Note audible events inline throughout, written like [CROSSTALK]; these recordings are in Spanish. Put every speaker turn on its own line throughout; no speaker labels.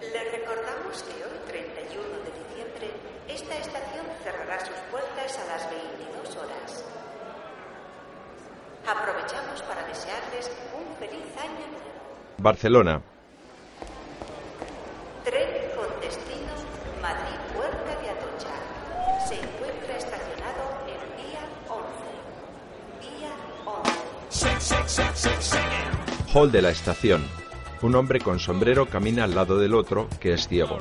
Les recordamos que hoy, 31 de diciembre, esta estación cerrará sus puertas a las 22 horas. Aprovechamos para desearles un feliz año nuevo.
Barcelona.
Tren con destino Madrid Puerta de Atocha. Se encuentra estacionado en vía 11. Vía 11.
Hall de la estación. Un hombre con sombrero camina al lado del otro, que es ciego.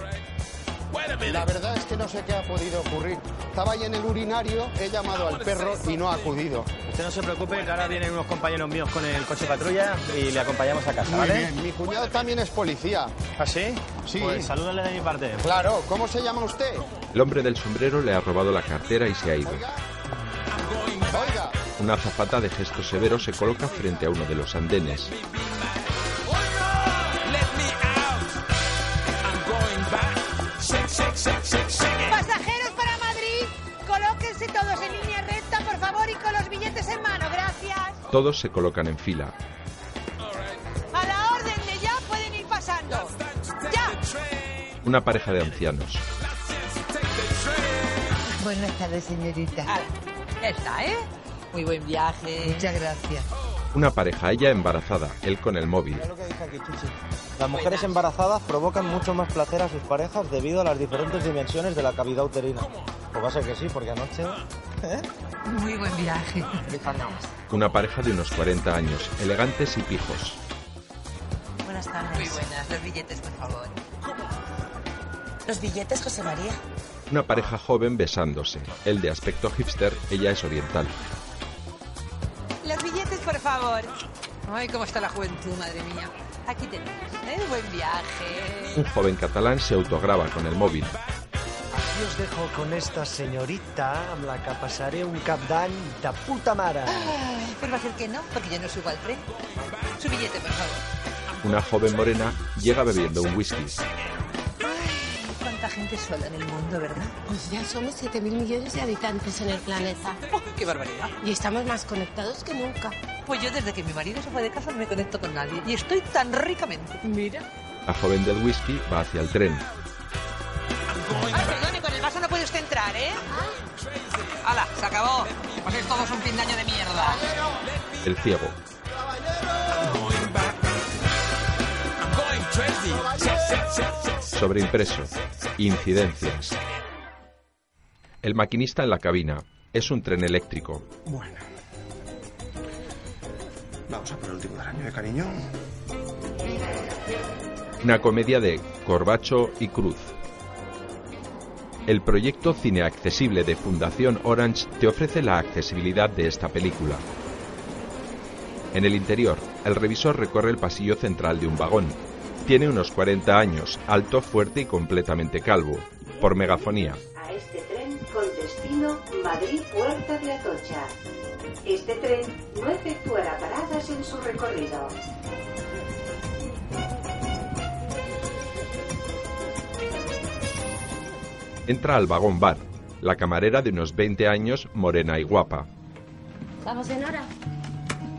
La verdad es que no sé qué ha podido ocurrir. Estaba ahí en el urinario, he llamado al perro y no ha acudido.
Usted no se preocupe, que ahora vienen unos compañeros míos con el coche patrulla y le acompañamos a casa,
Muy
¿vale?
bien. Mi cuñado también es policía.
¿Ah, sí?
Sí.
Pues salúdale de mi parte.
Claro, ¿cómo se llama usted?
El hombre del sombrero le ha robado la cartera y se ha ido.
Oiga,
Una azafata de gesto severo se coloca frente a uno de los andenes.
Pasajeros para Madrid, colóquense todos en línea recta, por favor, y con los billetes en mano, gracias.
Todos se colocan en fila.
A la orden de ya pueden ir pasando. ¡Ya!
Una pareja de ancianos.
Buenas tardes, señorita.
Ah, Esta, ¿eh? Muy buen viaje.
Muchas gracias.
Una pareja, ella embarazada, él con el móvil.
Las mujeres embarazadas provocan mucho más placer a sus parejas debido a las diferentes dimensiones de la cavidad uterina. Pues va a ser que sí, porque anoche...
Muy buen viaje.
Una pareja de unos 40 años, elegantes y pijos.
Buenas
Muy
tardes.
buenas. Los billetes, por favor.
Los billetes, José María.
Una pareja joven besándose. Él de aspecto hipster, ella es oriental.
Los billetes, por favor. Ay, cómo está la juventud, madre mía.
Aquí tenemos, ¿eh? Buen viaje.
Un joven catalán se autograba con el móvil.
Aquí os dejo con esta señorita amb la que passaré un cap d'any de puta mare.
Ay, Pues va a ser que no, porque yo no subo al tren. Su billete, por favor.
Una joven morena llega bebiendo un whisky.
Cuánta gente sola en el mundo, ¿verdad?
Pues ya somos 7.000 millones de habitantes en el planeta
¡Qué barbaridad!
y estamos más conectados que nunca.
Pues yo desde que mi marido se fue de casa no me conecto con nadie y estoy tan ricamente. Mira.
La joven del whisky va hacia el tren.
Ay, perdone, con el vaso no puede usted entrar, ¿eh? ¡Hala! Se acabó. Pues es todos un pindaño de mierda.
El ciego. Sobreimpreso. Incidencias. El maquinista en la cabina. Es un tren eléctrico.
Bueno. Vamos a por el último del año, de cariño?
Una comedia de Corbacho y Cruz. El proyecto Cine Accesible de Fundación Orange te ofrece la accesibilidad de esta película. En el interior, el revisor recorre el pasillo central de un vagón. Tiene unos 40 años, alto, fuerte y completamente calvo, por megafonía.
a este tren con destino Madrid Puerta de Atocha. Este tren no efectuará paradas en su recorrido.
Entra al vagón bar, la camarera de unos 20 años, morena y guapa.
¿Vamos en hora?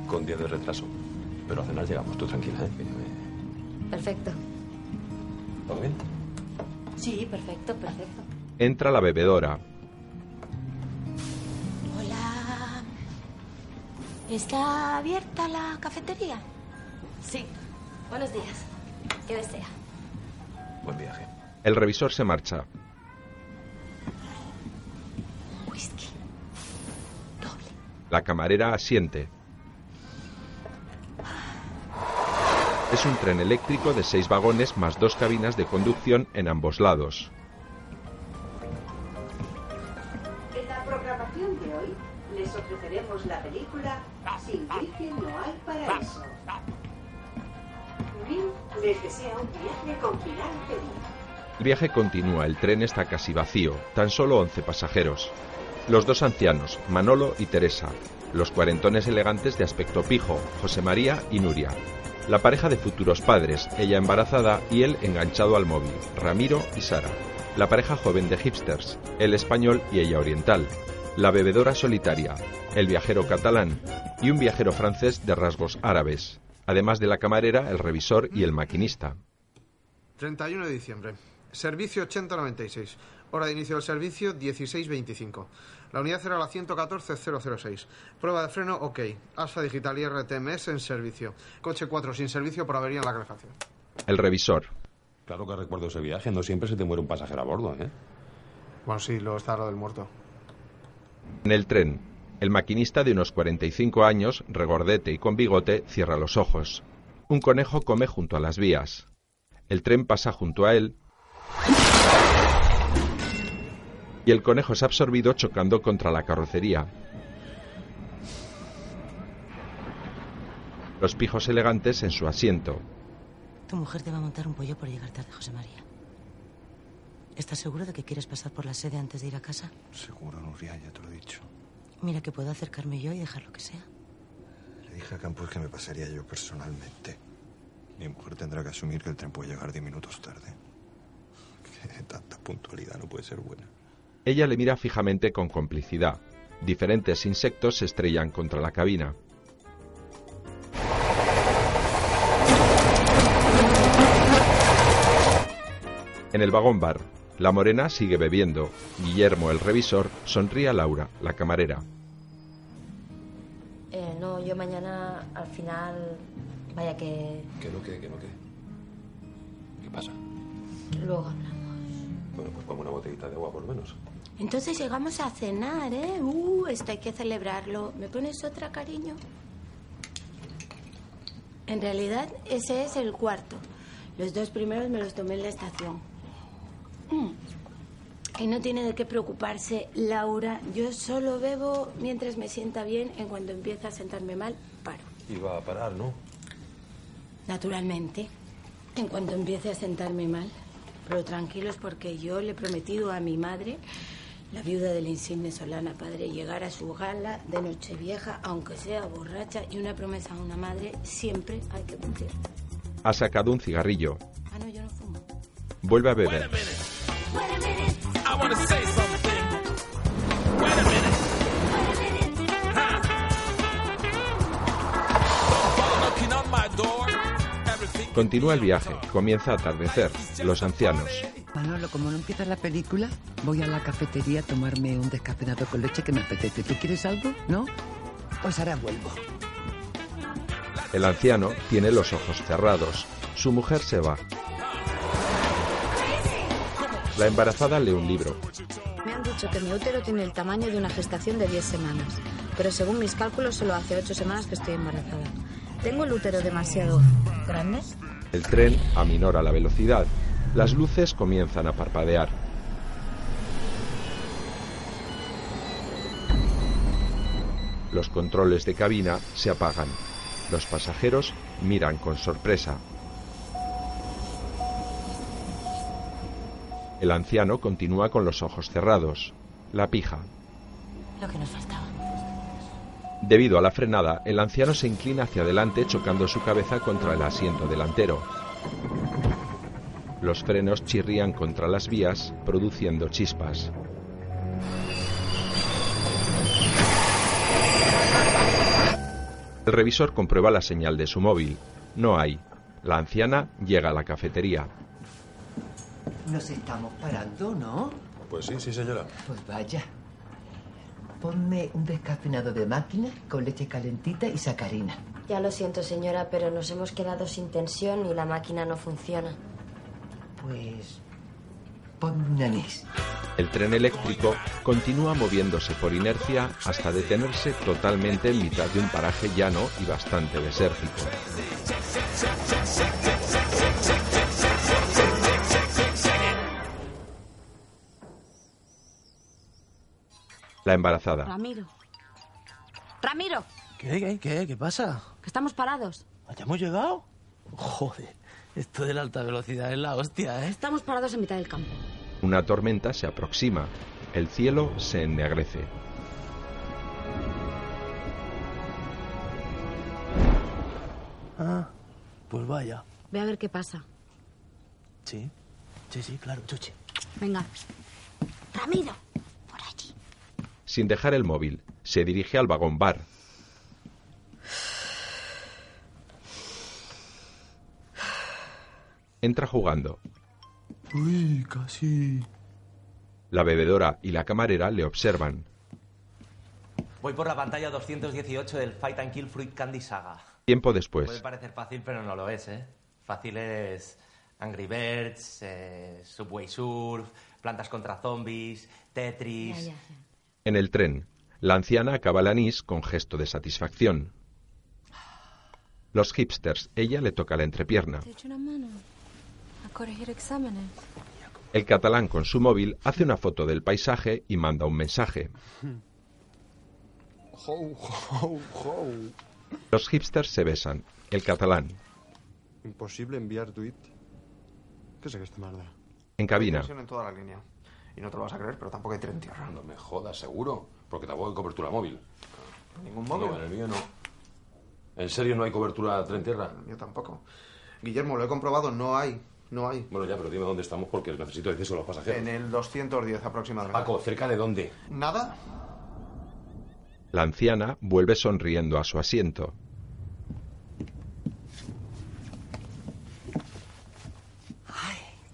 Con 10 de retraso. Pero a cenar llegamos, tú tranquila, ¿eh?
Perfecto.
¿Todo bien?
Sí, perfecto, perfecto.
Entra la bebedora.
Hola. ¿Está abierta la cafetería? Sí. Buenos días. ¿Qué desea?
Buen viaje.
El revisor se marcha.
Whisky.
La camarera asiente. Es un tren eléctrico de seis vagones más dos cabinas de conducción en ambos lados.
En la programación de hoy les ofreceremos la película Sin Virgen no hay paraíso. Mil les desea un viaje con final feliz.
El viaje continúa, el tren está casi vacío, tan solo 11 pasajeros. Los dos ancianos, Manolo y Teresa. Los cuarentones elegantes de aspecto pijo, José María y Nuria. La pareja de futuros padres, ella embarazada y él enganchado al móvil, Ramiro y Sara. La pareja joven de hipsters, el español y ella oriental. La bebedora solitaria, el viajero catalán y un viajero francés de rasgos árabes. Además de la camarera, el revisor y el maquinista.
31 de diciembre. Servicio 8096. Hora de inicio del servicio 1625. La unidad será la 114006. Prueba de freno OK. Asfa digital y RTMS en servicio. Coche 4 sin servicio por avería en la calefacción.
El revisor.
Claro que recuerdo ese viaje. No siempre se te muere un pasajero a bordo, ¿eh?
Bueno, sí, luego está lo del muerto.
En el tren, el maquinista de unos 45 años, regordete y con bigote, cierra los ojos. Un conejo come junto a las vías. El tren pasa junto a él. Y el conejo es absorbido chocando contra la carrocería. Los pijos elegantes en su asiento.
Tu mujer te va a montar un pollo por llegar tarde, José María. ¿Estás seguro de que quieres pasar por la sede antes de ir a casa?
Seguro, Nuria, ya te lo he dicho.
Mira que puedo acercarme yo y dejar lo que sea.
Le dije a Campos que me pasaría yo personalmente. Mi mujer tendrá que asumir que el tren puede llegar diez minutos tarde. Que tanta puntualidad no puede ser buena.
Ella le mira fijamente con complicidad. Diferentes insectos se estrellan contra la cabina. En el vagón bar, la morena sigue bebiendo. Guillermo, el revisor, sonríe a Laura, la camarera.
Eh, no, yo mañana al final. Vaya que.
¿Qué no qué? ¿Qué no qué? ¿Qué pasa?
Luego hablamos.
Bueno, pues como una botellita de agua por lo menos.
Entonces llegamos a cenar, ¿eh? Uh, esto hay que celebrarlo. ¿Me pones otra, cariño? En realidad, ese es el cuarto. Los dos primeros me los tomé en la estación. Mm. Y no tiene de qué preocuparse, Laura. Yo solo bebo mientras me sienta bien. En cuanto empieza a sentarme mal, paro.
Iba a parar, ¿no?
Naturalmente. En cuanto empiece a sentarme mal. Pero tranquilos porque yo le he prometido a mi madre, la viuda del insigne Solana Padre, llegar a su gala de Nochevieja, aunque sea borracha, y una promesa a una madre siempre hay que cumplir.
Ha sacado un cigarrillo.
Ah, no, yo no fumo.
Vuelve a beber.
I want to say something. Wait a minute. Huh? Don't bother knocking on my door. Everything
Continúa el viaje. Comienza a atardecer. Los ancianos.
Manolo, como no empieza la película, voy a la cafetería a tomarme un descafeinado con leche que me apetece. ¿Tú quieres algo? ¿No? Pues ahora vuelvo.
El anciano tiene los ojos cerrados. Su mujer se va. La embarazada lee un libro.
Me han dicho que mi útero tiene el tamaño de una gestación de 10 semanas, pero según mis cálculos solo hace 8 semanas que estoy embarazada. Tengo el útero demasiado grande.
El tren aminora la velocidad. Las luces comienzan a parpadear. Los controles de cabina se apagan. Los pasajeros miran con sorpresa. El anciano continúa con los ojos cerrados. La pija.
Lo que nos faltaba.
Debido a la frenada, el anciano se inclina hacia adelante chocando su cabeza contra el asiento delantero. Los frenos chirrían contra las vías, produciendo chispas. El revisor comprueba la señal de su móvil. No hay. La anciana llega a la cafetería.
Nos estamos parando, ¿no?
Pues sí, sí, señora.
Pues vaya. Ponme un descafeinado de máquina con leche calentita y sacarina.
Ya lo siento, señora, pero nos hemos quedado sin tensión y la máquina no funciona.
Pues. Ponme un anís.
El tren eléctrico continúa moviéndose por inercia hasta detenerse totalmente en mitad de un paraje llano y bastante desértico. La embarazada.
Ramiro. Ramiro,
¿Qué, qué, qué? ¿Qué pasa?
que estamos parados.
¿Ya hemos llegado? Joder, esto de la alta velocidad es la hostia, ¿eh?
Estamos parados en mitad del campo.
Una tormenta se aproxima. El cielo se ennegrece.
Ah, pues vaya.
Ve a ver qué pasa.
Sí, sí, sí, claro, chuche.
Venga. Ramiro.
Sin dejar el móvil, se dirige al vagón bar. entra jugando.
Uy, casi.
La bebedora y la camarera le observan.
Voy por la pantalla 218 del Fight and Kill Fruit Candy Saga.
Tiempo después.
Puede parecer fácil, pero no lo es, ¿eh? Fácil es Angry Birds, eh, Subway Surf, Plantas contra Zombies, Tetris.
En el tren, la anciana acaba el anís con gesto de satisfacción. Los hipsters, ella le toca la entrepierna.
Te echo una mano a corregir exámenes.
El catalán con su móvil hace una foto del paisaje y manda un mensaje. Los hipsters se besan. El catalán,
Imposible enviar tweet. ¿Qué es esta mierda?
en cabina.
en toda la línea. Y no te lo vas a creer, pero tampoco hay tren tierra.
No me jodas, seguro. Porque tampoco hay cobertura móvil.
¿Ningún
No,
móvil?
en el mío no. ¿En serio no hay cobertura tren tierra?
Yo tampoco. Guillermo, lo he comprobado, no hay. No hay.
Bueno, ya, pero dime dónde estamos porque necesito decírselo a los pasajeros.
En el 210 aproximadamente.
Paco, ¿cerca de dónde?
¿Nada?
La anciana vuelve sonriendo a su asiento.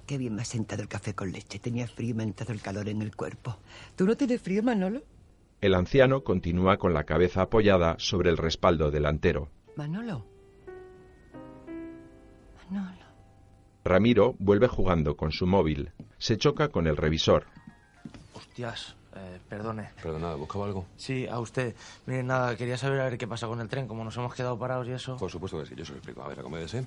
Qué bien me ha sentado el café con leche. Tenía frío y me ha entrado el calor en el cuerpo. ¿Tú no tienes frío, Manolo?
El anciano continúa con la cabeza apoyada sobre el respaldo delantero.
Manolo. Manolo.
Ramiro vuelve jugando con su móvil. Se choca con el revisor.
Hostias, eh, perdone.
Perdonad, ¿buscaba algo?
Sí, a usted. Mire, nada, quería saber a ver qué pasa con el tren, como nos hemos quedado parados y eso.
Por supuesto que sí, yo se lo explico. A ver, acomódese.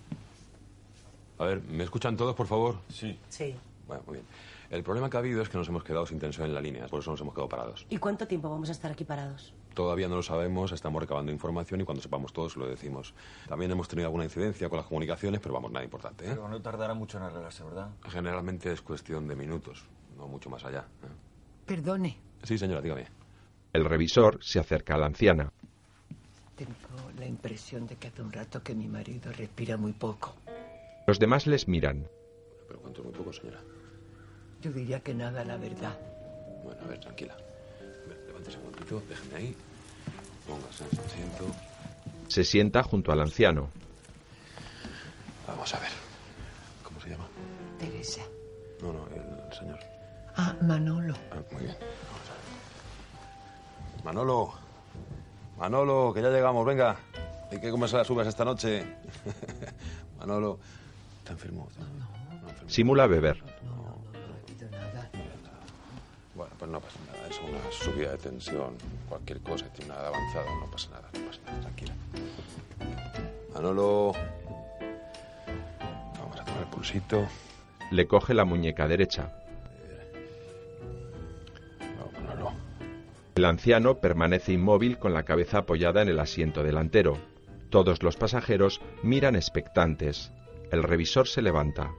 A ver, ¿me escuchan todos, por favor? Sí.
Sí.
Bueno, muy bien. El problema que ha habido es que nos hemos quedado sin tensión en la línea, por eso nos hemos quedado parados.
¿Y cuánto tiempo vamos a estar aquí parados?
Todavía no lo sabemos, estamos recabando información y cuando sepamos todos lo decimos. También hemos tenido alguna incidencia con las comunicaciones, pero vamos, nada importante. ¿eh?
Pero no tardará mucho en arreglarse, ¿verdad?
Generalmente es cuestión de minutos, no mucho más allá. ¿eh?
Perdone.
Sí, señora, dígame.
El revisor se acerca a la anciana.
Tengo la impresión de que hace un rato que mi marido respira muy poco.
Los demás les miran.
Pero cuento muy poco, señora.
Yo diría que nada, la verdad.
Bueno, a ver, tranquila. A ver, Levántese un momentito, déjeme ahí. Póngase en su asiento.
Se sienta junto al anciano.
Vamos a ver. ¿Cómo se llama?
Teresa.
No, no, el señor.
Ah, Manolo.
Ah, muy bien. Vamos a ver. Manolo. Manolo, que ya llegamos, venga. Hay que comerse las uvas esta noche. [LAUGHS] Manolo. ¿Está enfermo?
Simula beber.
Bueno, pues no pasa nada. Es una subida de tensión. Cualquier cosa, tiene una edad avanzada, no pasa nada, no pasa nada, tranquila. Ah, Manolo. Vamos a tomar el pulsito.
Le coge la muñeca derecha. El anciano permanece inmóvil con la cabeza apoyada en el asiento delantero. Todos los pasajeros miran expectantes. El revisor se levanta.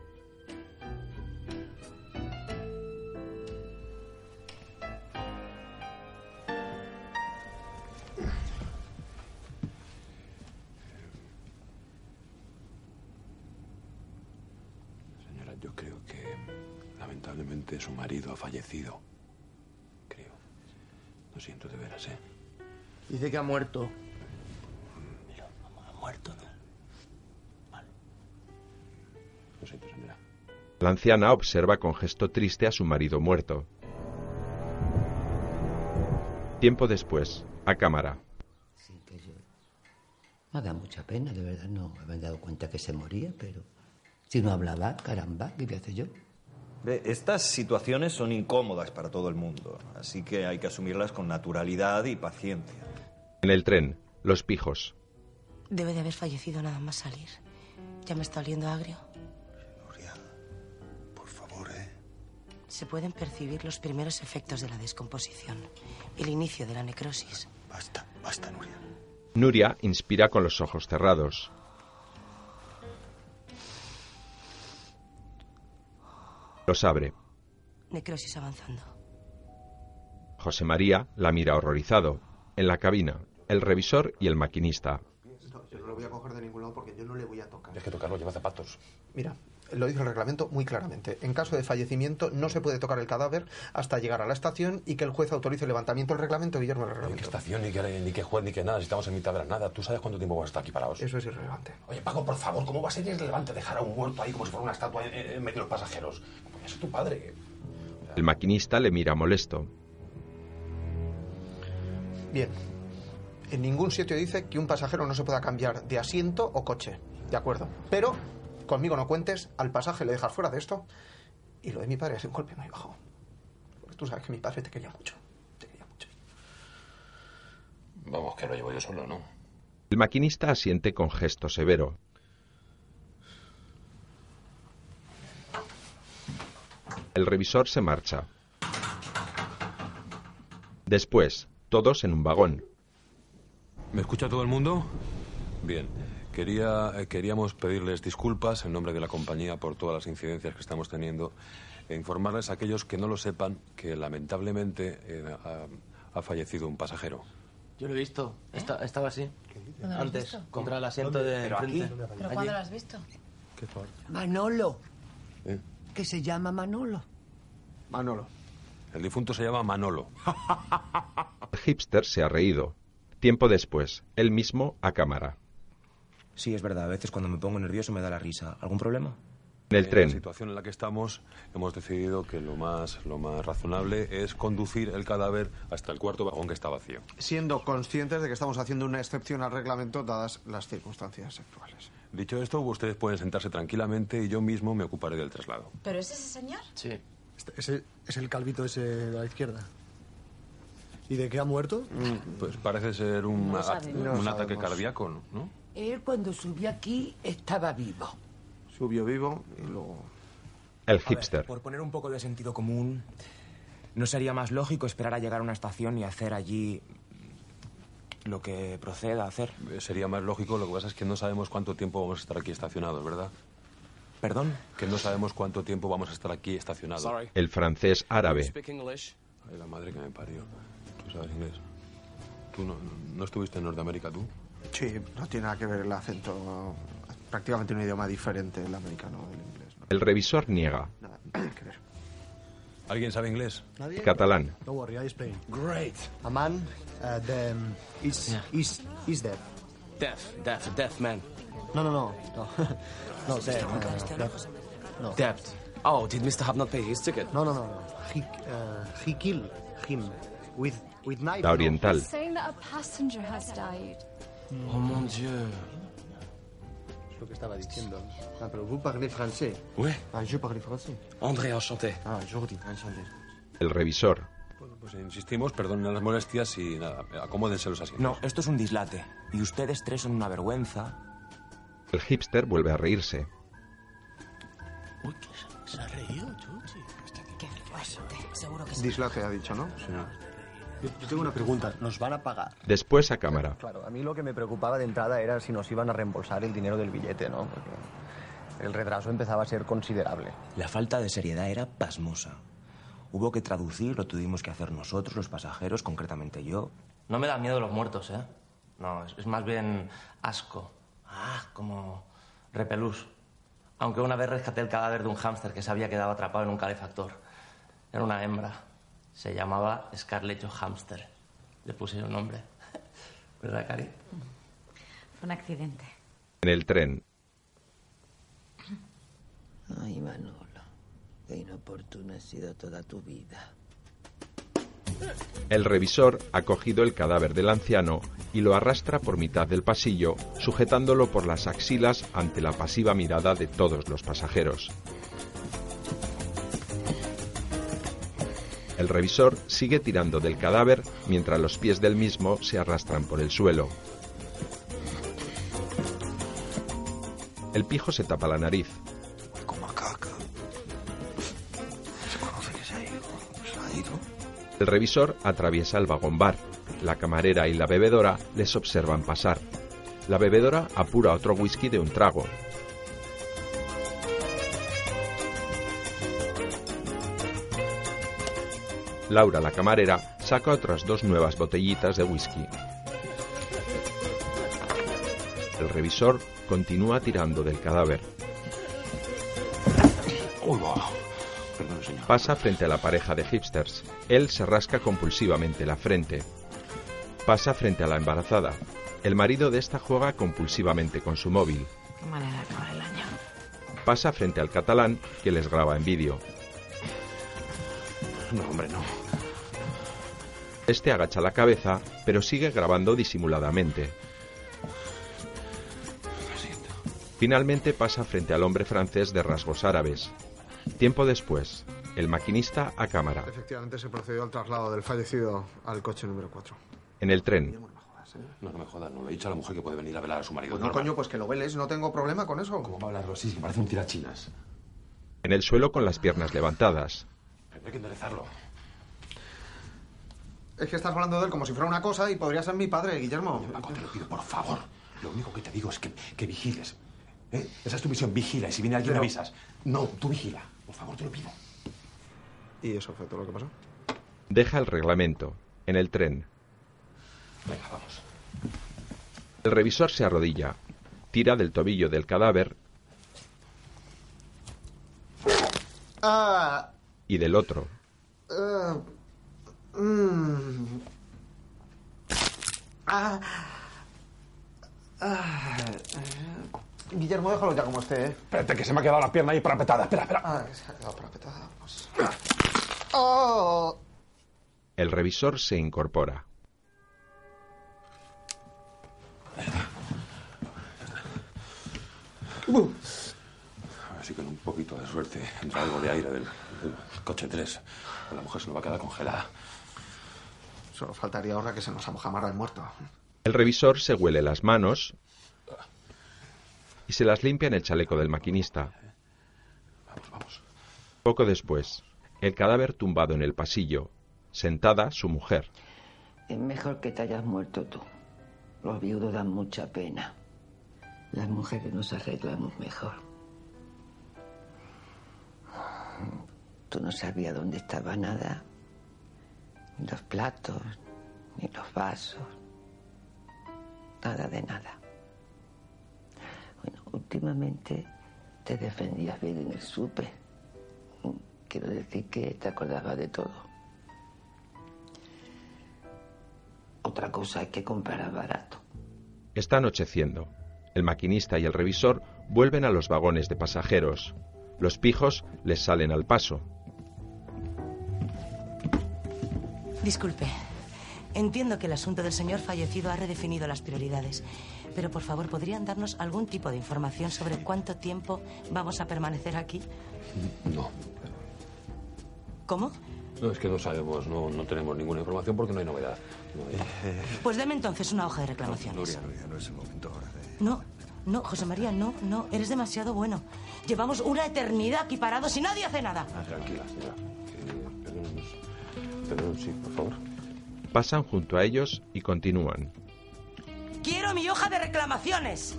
Señora, yo creo que lamentablemente su marido ha fallecido. Creo. Lo siento de veras, ¿eh?
Dice que ha muerto.
Ha muerto, ¿no? Vale. Lo siento, señora.
La anciana observa con gesto triste a su marido muerto. Tiempo después, a cámara.
Sí, que yo. Me ha dado mucha pena, de verdad. No me había dado cuenta que se moría, pero. Si no hablaba, caramba, ¿qué voy a hacer yo?
Ve, Estas situaciones son incómodas para todo el mundo, así que hay que asumirlas con naturalidad y paciencia.
En el tren, los pijos.
Debe de haber fallecido nada más salir. Ya me está oliendo agrio.
Por favor, ¿eh?
Se pueden percibir los primeros efectos de la descomposición, el inicio de la necrosis.
Basta, basta, Nuria.
Nuria inspira con los ojos cerrados. Los abre.
Necrosis avanzando.
José María la mira horrorizado. En la cabina, el revisor y el maquinista.
No, yo no lo voy a coger de ningún lado porque yo no le voy a tocar.
Tienes que tocarlo, lleva zapatos.
Mira, lo dice el reglamento muy claramente. En caso de fallecimiento no se puede tocar el cadáver hasta llegar a la estación y que el juez autorice el levantamiento del reglamento, Guillermo,
Ni
el
que
reglamento.
estación, ni que, ni que juez, ni que nada. Si estamos en mitad de la nada, ¿tú sabes cuánto tiempo vas a estar aquí parados?
Eso es irrelevante.
Oye, Paco, por favor, ¿cómo va a ser irrelevante dejar a un muerto ahí como si fuera una estatua en, en- en medio de los pasajeros? Coño, es tu padre.
El maquinista le mira molesto.
Bien. En ningún sitio dice que un pasajero no se pueda cambiar de asiento o coche. De acuerdo. Pero conmigo no cuentes, al pasaje le dejas fuera de esto. Y lo de mi padre es un golpe muy bajo. Porque tú sabes que mi padre te quería mucho.
Vamos, que lo llevo yo solo, ¿no?
El maquinista asiente con gesto severo. El revisor se marcha. Después, todos en un vagón.
¿Me escucha todo el mundo? Bien. Quería, eh, queríamos pedirles disculpas en nombre de la compañía por todas las incidencias que estamos teniendo e informarles a aquellos que no lo sepan que lamentablemente eh, ha, ha fallecido un pasajero.
Yo lo he visto. Esta- estaba así.
¿Dónde ¿Eh? lo has
Antes,
visto?
contra el asiento
¿Dónde?
de
¿Pero aquí?
enfrente.
¿Pero
Allí.
cuándo lo has visto?
Manolo.
¿Eh?
Que se llama Manolo.
Manolo.
El difunto se llama Manolo.
El hipster se ha reído. Tiempo después, él mismo a cámara.
Sí, es verdad. A veces cuando me pongo nervioso me da la risa. ¿Algún problema?
En el
En la
tren,
situación en la que estamos, hemos decidido que lo más, lo más razonable es conducir el cadáver hasta el cuarto vagón que está vacío.
Siendo conscientes de que estamos haciendo una excepción al reglamento dadas las circunstancias actuales.
Dicho esto, ustedes pueden sentarse tranquilamente y yo mismo me ocuparé del traslado.
¿Pero es ese señor?
Sí.
Es el, es el calvito ese de la izquierda. ¿Y de qué ha muerto?
Pues parece ser un,
No
a-
sabemos. No
un
sabemos.
ataque cardíaco, ¿no? ¿no?
Él cuando subió aquí estaba vivo.
Subió vivo y luego...
el
hipster. por poner un poco de sentido común, ¿no sería más lógico esperar a llegar a una estación y hacer allí lo que proceda a hacer?
Eh, Sería más lógico, lo que pasa es que no sabemos cuánto tiempo vamos a estar aquí estacionados, ¿verdad?
¿Perdón?
Que no sabemos cuánto tiempo vamos a estar aquí estacionados.
Sorry. el francés árabe.
Ay, la madre que me parió. ¿Tú sabes inglés? ¿Tú no, no estuviste en Norteamérica, tú?
Sí, no tiene nada que ver el acento. Prácticamente un idioma diferente el americano del inglés.
El revisor niega.
¿Alguien sabe inglés?
Nadie.
Catalán.
No worry, I Spain. Great. A man uh, the, um, is, is, is dead.
Death, death, death man.
No, no, no. No, no dead. No, no, no, dead. No.
Debt. Oh, did Mr. Hub not pay his ticket?
No, no, no. no. He, uh, he killed him with, with knife.
La oriental.
Saying that a passenger has died.
Oh, mon Dieu. Es lo que estaba diciendo. Ah, pero vous parlez français.
Ouais.
Ah, je parle français.
André, enchanté.
Ah, Jordi, enchanté.
El revisor.
Bueno, pues insistimos, perdonen las molestias y nada, acomódense los asientos.
No, esto es un dislate. Y ustedes tres son una vergüenza.
El hipster vuelve a reírse.
Se ha reído, Chuchi.
Qué fuerte. Seguro que sí.
Dislate ha dicho, ¿no?
Yo, yo tengo una pregunta. ¿Nos van a pagar?
Después a cámara.
Claro, a mí lo que me preocupaba de entrada era si nos iban a reembolsar el dinero del billete, ¿no? Porque el retraso empezaba a ser considerable.
La falta de seriedad era pasmosa. Hubo que traducir, lo tuvimos que hacer nosotros, los pasajeros, concretamente yo.
No me dan miedo los muertos, ¿eh? No, es, es más bien asco. Ah, como repelús. Aunque una vez rescaté el cadáver de un hámster que se había quedado atrapado en un calefactor. Era una hembra. Se llamaba Scarlett Hamster. Le puse un nombre. [LAUGHS] ¿Verdad, Cari?
Fue un accidente.
En el tren,
Ay, Manolo, qué inoportuna ha sido toda tu vida.
el revisor ha cogido el cadáver del anciano y lo arrastra por mitad del pasillo, sujetándolo por las axilas ante la pasiva mirada de todos los pasajeros. El revisor sigue tirando del cadáver mientras los pies del mismo se arrastran por el suelo. El pijo se tapa la nariz. El revisor atraviesa el vagón bar. La camarera y la bebedora les observan pasar. La bebedora apura otro whisky de un trago. Laura, la camarera, saca otras dos nuevas botellitas de whisky. El revisor continúa tirando del cadáver.
Uy, va. Perdón, señor.
Pasa frente a la pareja de hipsters. Él se rasca compulsivamente la frente. Pasa frente a la embarazada. El marido de esta juega compulsivamente con su móvil.
Qué manera de acabar el año.
Pasa frente al catalán que les graba en vídeo.
No, hombre, no.
Este agacha la cabeza, pero sigue grabando disimuladamente. Finalmente pasa frente al hombre francés de rasgos árabes. Tiempo después, el maquinista a cámara,
Efectivamente se procedió al traslado del fallecido al coche número 4.
en el tren.
No, no me jodas, no. Le he dicho a la mujer que puede venir a velar a su marido.
No, coño, pues que lo veles, no tengo problema con eso.
¿Cómo va a hablarlo así? Que parece un tirachinas.
En el suelo con las piernas levantadas.
Hay que enderezarlo.
Es que estás hablando de él como si fuera una cosa y podría ser mi padre, Guillermo.
Te lo pido, por favor. Lo único que te digo es que, que vigiles. ¿eh? Esa es tu misión, vigila. Y si viene alguien,
Pero-
avisas. No, tú vigila. Por favor, te lo pido.
Y eso fue todo lo que pasó.
Deja el reglamento. En el tren.
Venga, vamos.
El revisor se arrodilla. Tira del tobillo del cadáver
Ah.
y del otro.
ah, mm. Ah. Ah, eh, Guillermo, déjalo ya como esté, ¿eh?
Espérate, que se me ha quedado la pierna ahí parapetada. Espera, espera.
Ah, se ha quedado parapetada. Pues... ¡Oh!
El revisor se incorpora.
Uh.
Así que con un poquito de suerte entra algo de aire del, del coche 3. La mujer se nos va a quedar congelada.
Solo faltaría ahora que se nos amojamara el muerto.
El revisor se huele las manos y se las limpia en el chaleco del maquinista. Poco después, el cadáver tumbado en el pasillo, sentada su mujer.
Es mejor que te hayas muerto tú. Los viudos dan mucha pena. Las mujeres nos arreglamos mejor. Tú no sabías dónde estaba nada. Ni los platos, ni los vasos. Nada de nada. Bueno, últimamente te defendías bien en el súper. Quiero decir que te acordabas de todo. Otra cosa es que comprar barato.
Está anocheciendo. El maquinista y el revisor vuelven a los vagones de pasajeros. Los pijos les salen al paso.
Disculpe. Entiendo que el asunto del señor fallecido ha redefinido las prioridades, pero por favor, ¿podrían darnos algún tipo de información sobre cuánto tiempo vamos a permanecer aquí?
No.
¿Cómo?
No, es que no sabemos, no, no tenemos ninguna información porque no hay novedad. No hay-
Pues deme entonces una hoja de reclamaciones.
Nuria, Nuria, eh, no es el momento ahora de...
No, no, José María, no, no, eres demasiado bueno. Llevamos una eternidad aquí parados y nadie hace nada.
Ah, tranquila, señora. Eh, Perdón, perdón, sí, por favor.
Pasan junto a ellos y continúan.
Quiero mi hoja de reclamaciones.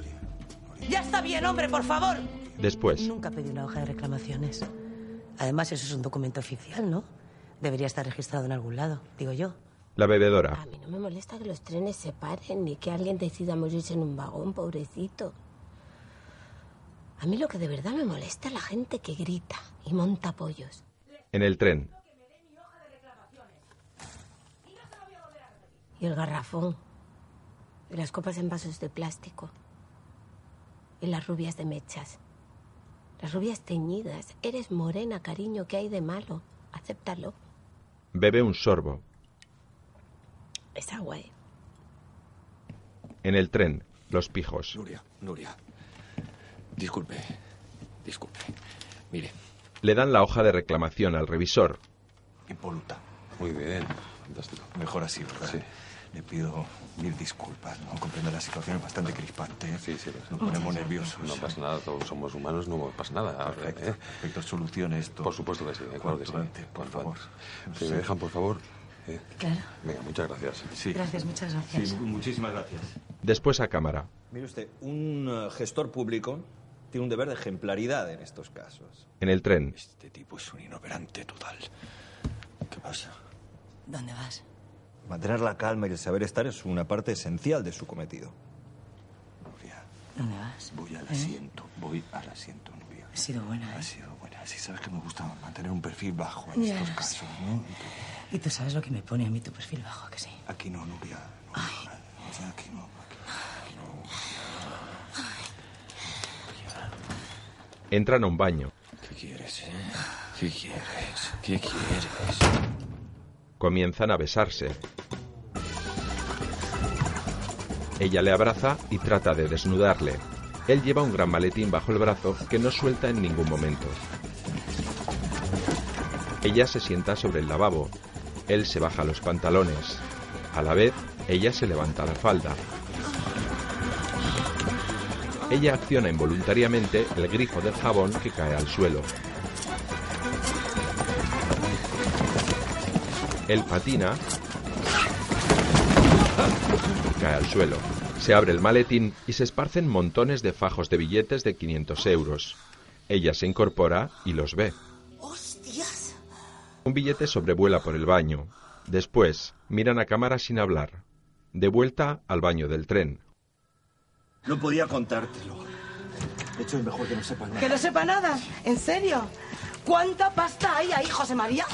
Ya está bien, hombre, por favor.
Después,
Nunca pedí una hoja de reclamaciones. Además, eso es un documento oficial, ¿no? Debería estar registrado en algún lado, digo yo.
la bebedora.
No me molesta que los trenes se paren ni que alguien decida morirse en un vagón, pobrecito. A mí lo que de verdad me molesta es la gente que grita y monta pollos.
En el tren,
Y el garrafón. Y las copas en vasos de plástico. Y las rubias de mechas. Las rubias teñidas. Eres morena, cariño. ¿Qué hay de malo? Acéptalo.
bebe un sorbo.
Es agua, ¿eh?
En el tren, los pijos.
Nuria, disculpe, disculpe. Mire,
Le dan la hoja de reclamación al revisor.
Impoluta.
Muy bien, fantástico.
Mejor así, ¿verdad? Le pido mil disculpas. No comprendo la situación, es bastante crispante. Sí, sí, Nos ponemos nerviosos.
No pasa nada, todos somos humanos, no pasa nada. Perfecto,
perfecto solución esto.
Por supuesto que sí, eh, claro que sí. por favor. Si
Sí.
me dejan, por favor. eh.
Claro.
Venga, muchas gracias.
Sí.
Gracias, muchas gracias.
muchísimas gracias.
Después a cámara.
Mire usted, un eh, gestor público tiene un deber de ejemplaridad en estos casos.
En el tren,
Este tipo es un inoperante total. ¿Qué pasa?
¿Dónde vas?
Mantener la calma y el saber estar es una parte esencial de su cometido.
¿Dónde Eh, vas?
Voy al
asiento,
voy al asiento.
He sido buena. ¿eh?
Ha sido buena,
Sí, sabes que me gusta mantener un perfil bajo en
Ya
estos
lo
casos,
sé.
¿no?
Y tú sabes lo que me pone a mí tu perfil bajo, que sí.
Aquí no, Nuria. no, O sea, aquí no.
Entran a un baño.
¿Qué quieres, eh? ¿Qué quieres? ¿Qué quieres?
Comienzan a besarse. Ella le abraza y trata de desnudarle. Él lleva un gran maletín bajo el brazo que no suelta en ningún momento. Ella se sienta sobre el lavabo. Él se baja los pantalones. A la vez, ella se levanta la falda. Ella acciona involuntariamente el grifo del jabón que cae al suelo. Él patina. Cae al suelo. Se abre el maletín y se esparcen montones de fajos de billetes de 500 euros. Ella se incorpora y los ve.
¡Hostias!
Un billete sobrevuela por el baño. Después, miran a cámara sin hablar. De vuelta al baño del tren.
No podía contártelo. De hecho, es mejor que no sepas
Que no sepa nada, en serio. ¿Cuánta pasta hay ahí, José María?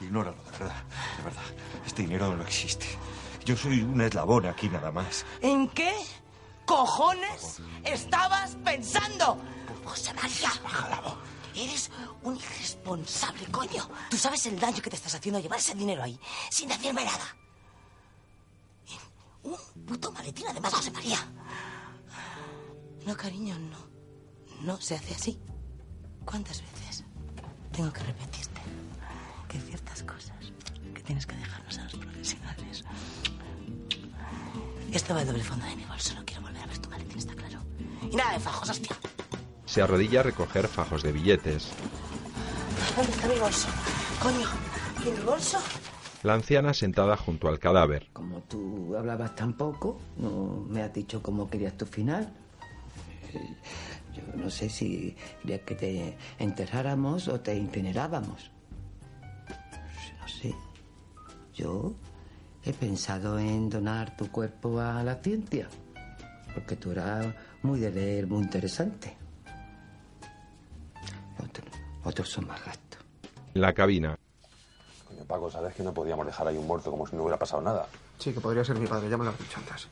Ignóralo, de verdad. De verdad. Este dinero no existe. Yo soy un eslabón aquí nada más.
¿En qué cojones estabas pensando? José María. Eres un irresponsable, coño. Tú sabes el daño que te estás haciendo a llevar ese dinero ahí, sin decirme nada. En un puto maletín, además, José María. No, cariño, no. No se hace así. ¿Cuántas veces tengo que repetirte que ciertas cosas que tienes que dejarnos a los profesionales? Estaba el doble fondo de mi bolso, no quiero volver a ver tu maletín, está claro. Y nada de fajos, hostia.
Se arrodilla a recoger fajos de billetes.
¿Dónde está mi bolso? Coño, ¿y mi bolso?
La anciana sentada junto al cadáver.
Como tú hablabas tan poco, no me has dicho cómo querías tu final. Eh, Yo no sé si querías que te enterráramos o te incinerábamos. Pues No sé. Yo he pensado en donar tu cuerpo a la ciencia, porque tú eras muy de leer, muy interesante. Otro- otros son más gastos.
En la cabina.
Coño, Paco, ¿sabes que no podíamos dejar ahí un muerto como si no hubiera pasado nada?
Sí, que podría ser mi padre, ya me lo has dicho antes.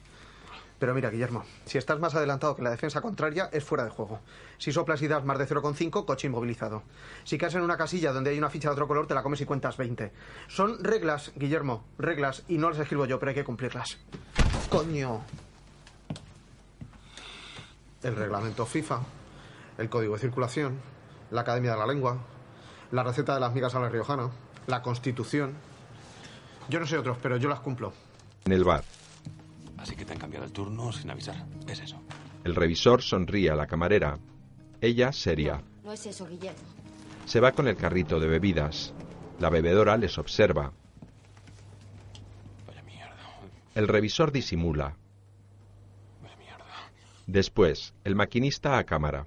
Pero mira, Guillermo, si estás más adelantado que la defensa contraria, es fuera de juego. Si soplas y das más de 0,5, coche inmovilizado. Si caes en una casilla donde hay una ficha de otro color, te la comes y cuentas 20. Son reglas, Guillermo, reglas, y no las escribo yo, pero hay que cumplirlas. Coño. El reglamento FIFA, el código de circulación, la Academia de la Lengua, la receta de las migas a la riojana, la Constitución. Yo no sé otros, pero yo las cumplo.
En el bar.
Así que te han cambiado el turno sin avisar. Es eso.
El revisor sonríe a la camarera. Ella, seria,
No es eso, Guillermo.
se va con el carrito de bebidas. La bebedora les observa. El revisor disimula. Después, el maquinista a cámara.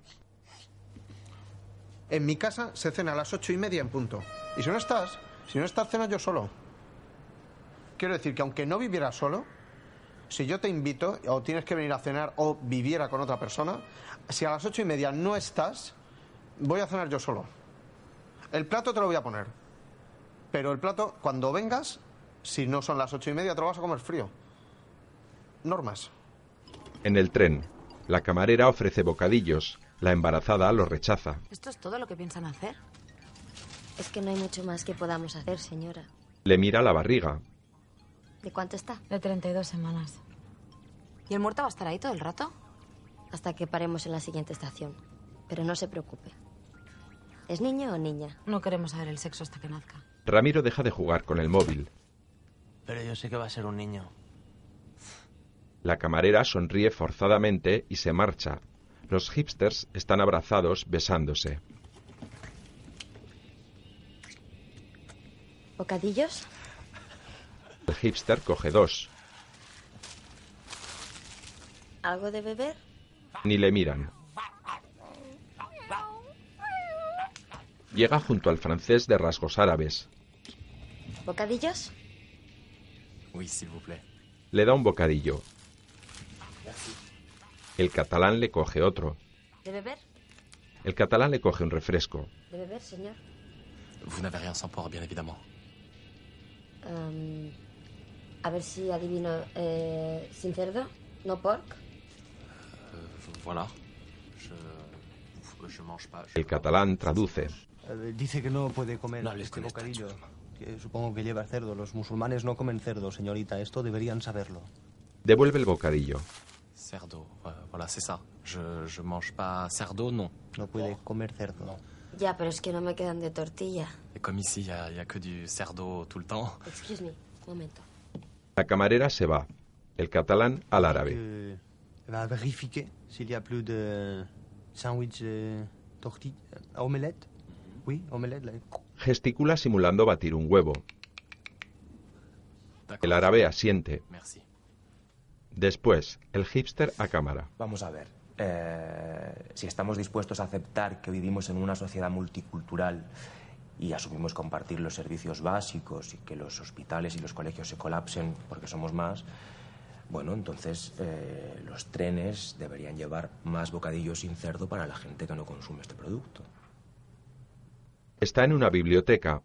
En mi casa se cena a las ocho y media en punto. Y si no estás, si no estás, ceno yo solo. Quiero decir que aunque no viviera solo, si yo te invito o tienes que venir a cenar o viviera con otra persona, si a las ocho y media no estás, voy a cenar yo solo. El plato te lo voy a poner. Pero el plato, cuando vengas, si no son las ocho y media, te lo vas a comer frío. Normas.
En el tren, la camarera ofrece bocadillos. La embarazada los rechaza.
¿Esto es todo lo que piensan hacer? Es que no hay mucho más que podamos hacer, señora.
Le mira la barriga.
¿De cuánto está? De 32 semanas. ¿Y el muerto va a estar ahí todo el rato? Hasta que paremos en la siguiente estación. Pero no se preocupe. ¿Es niño o niña? No queremos saber el sexo hasta que nazca.
Ramiro deja de jugar con el móvil.
Pero yo sé que va a ser un niño.
La camarera sonríe forzadamente y se marcha. Los hipsters están abrazados besándose.
¿Bocadillos?
El hipster coge dos.
¿Algo de beber?
Ni le miran. Llega junto al francés de rasgos árabes.
¿Bocadillos?
Oui, s'il vous plaît. Le da un bocadillo. El catalán le coge otro.
¿De beber?
El catalán le coge un refresco.
¿De beber, señor?
Vous n'avez rien sans poire, bien évidemment.
Em, a ver si adivino. eh, ¿Sin cerdo? ¿No pork?
Euh, voilà. Je. Je mange pas.
El catalán traduce.
Eh, Dice que no puede comer este bocadillo. Que supongo que lleva cerdo. Los musulmanes no comen cerdo, señorita. Esto deberían saberlo.
Devuelve el bocadillo.
Cerdo. euh, voilà, c'est ça. Je, je mange pas cerdo, non. Oh.
No puede comer cerdo.
Ya, pero es que no me quedan de tortilla.
Et comme ici, il n'y a, y a que du cerdo tout le temps.
Excuse me, un momento.
La camarera se va. El catalán al árabe.
Euh, va vérifier s'il y a plus de sandwich euh, tortilla, euh, omelette. Oui, omelette. là.
Gesticula simulando batir un huevo. El árabe asiente.
Merci.
Después, el hipster a cámara.
Vamos a ver. eh, si estamos dispuestos a aceptar que vivimos en una sociedad multicultural y asumimos compartir los servicios básicos y que los hospitales y los colegios se colapsen porque somos más, bueno, entonces eh, los trenes deberían llevar más bocadillos sin cerdo para la gente que no consume este producto.
Está en una biblioteca.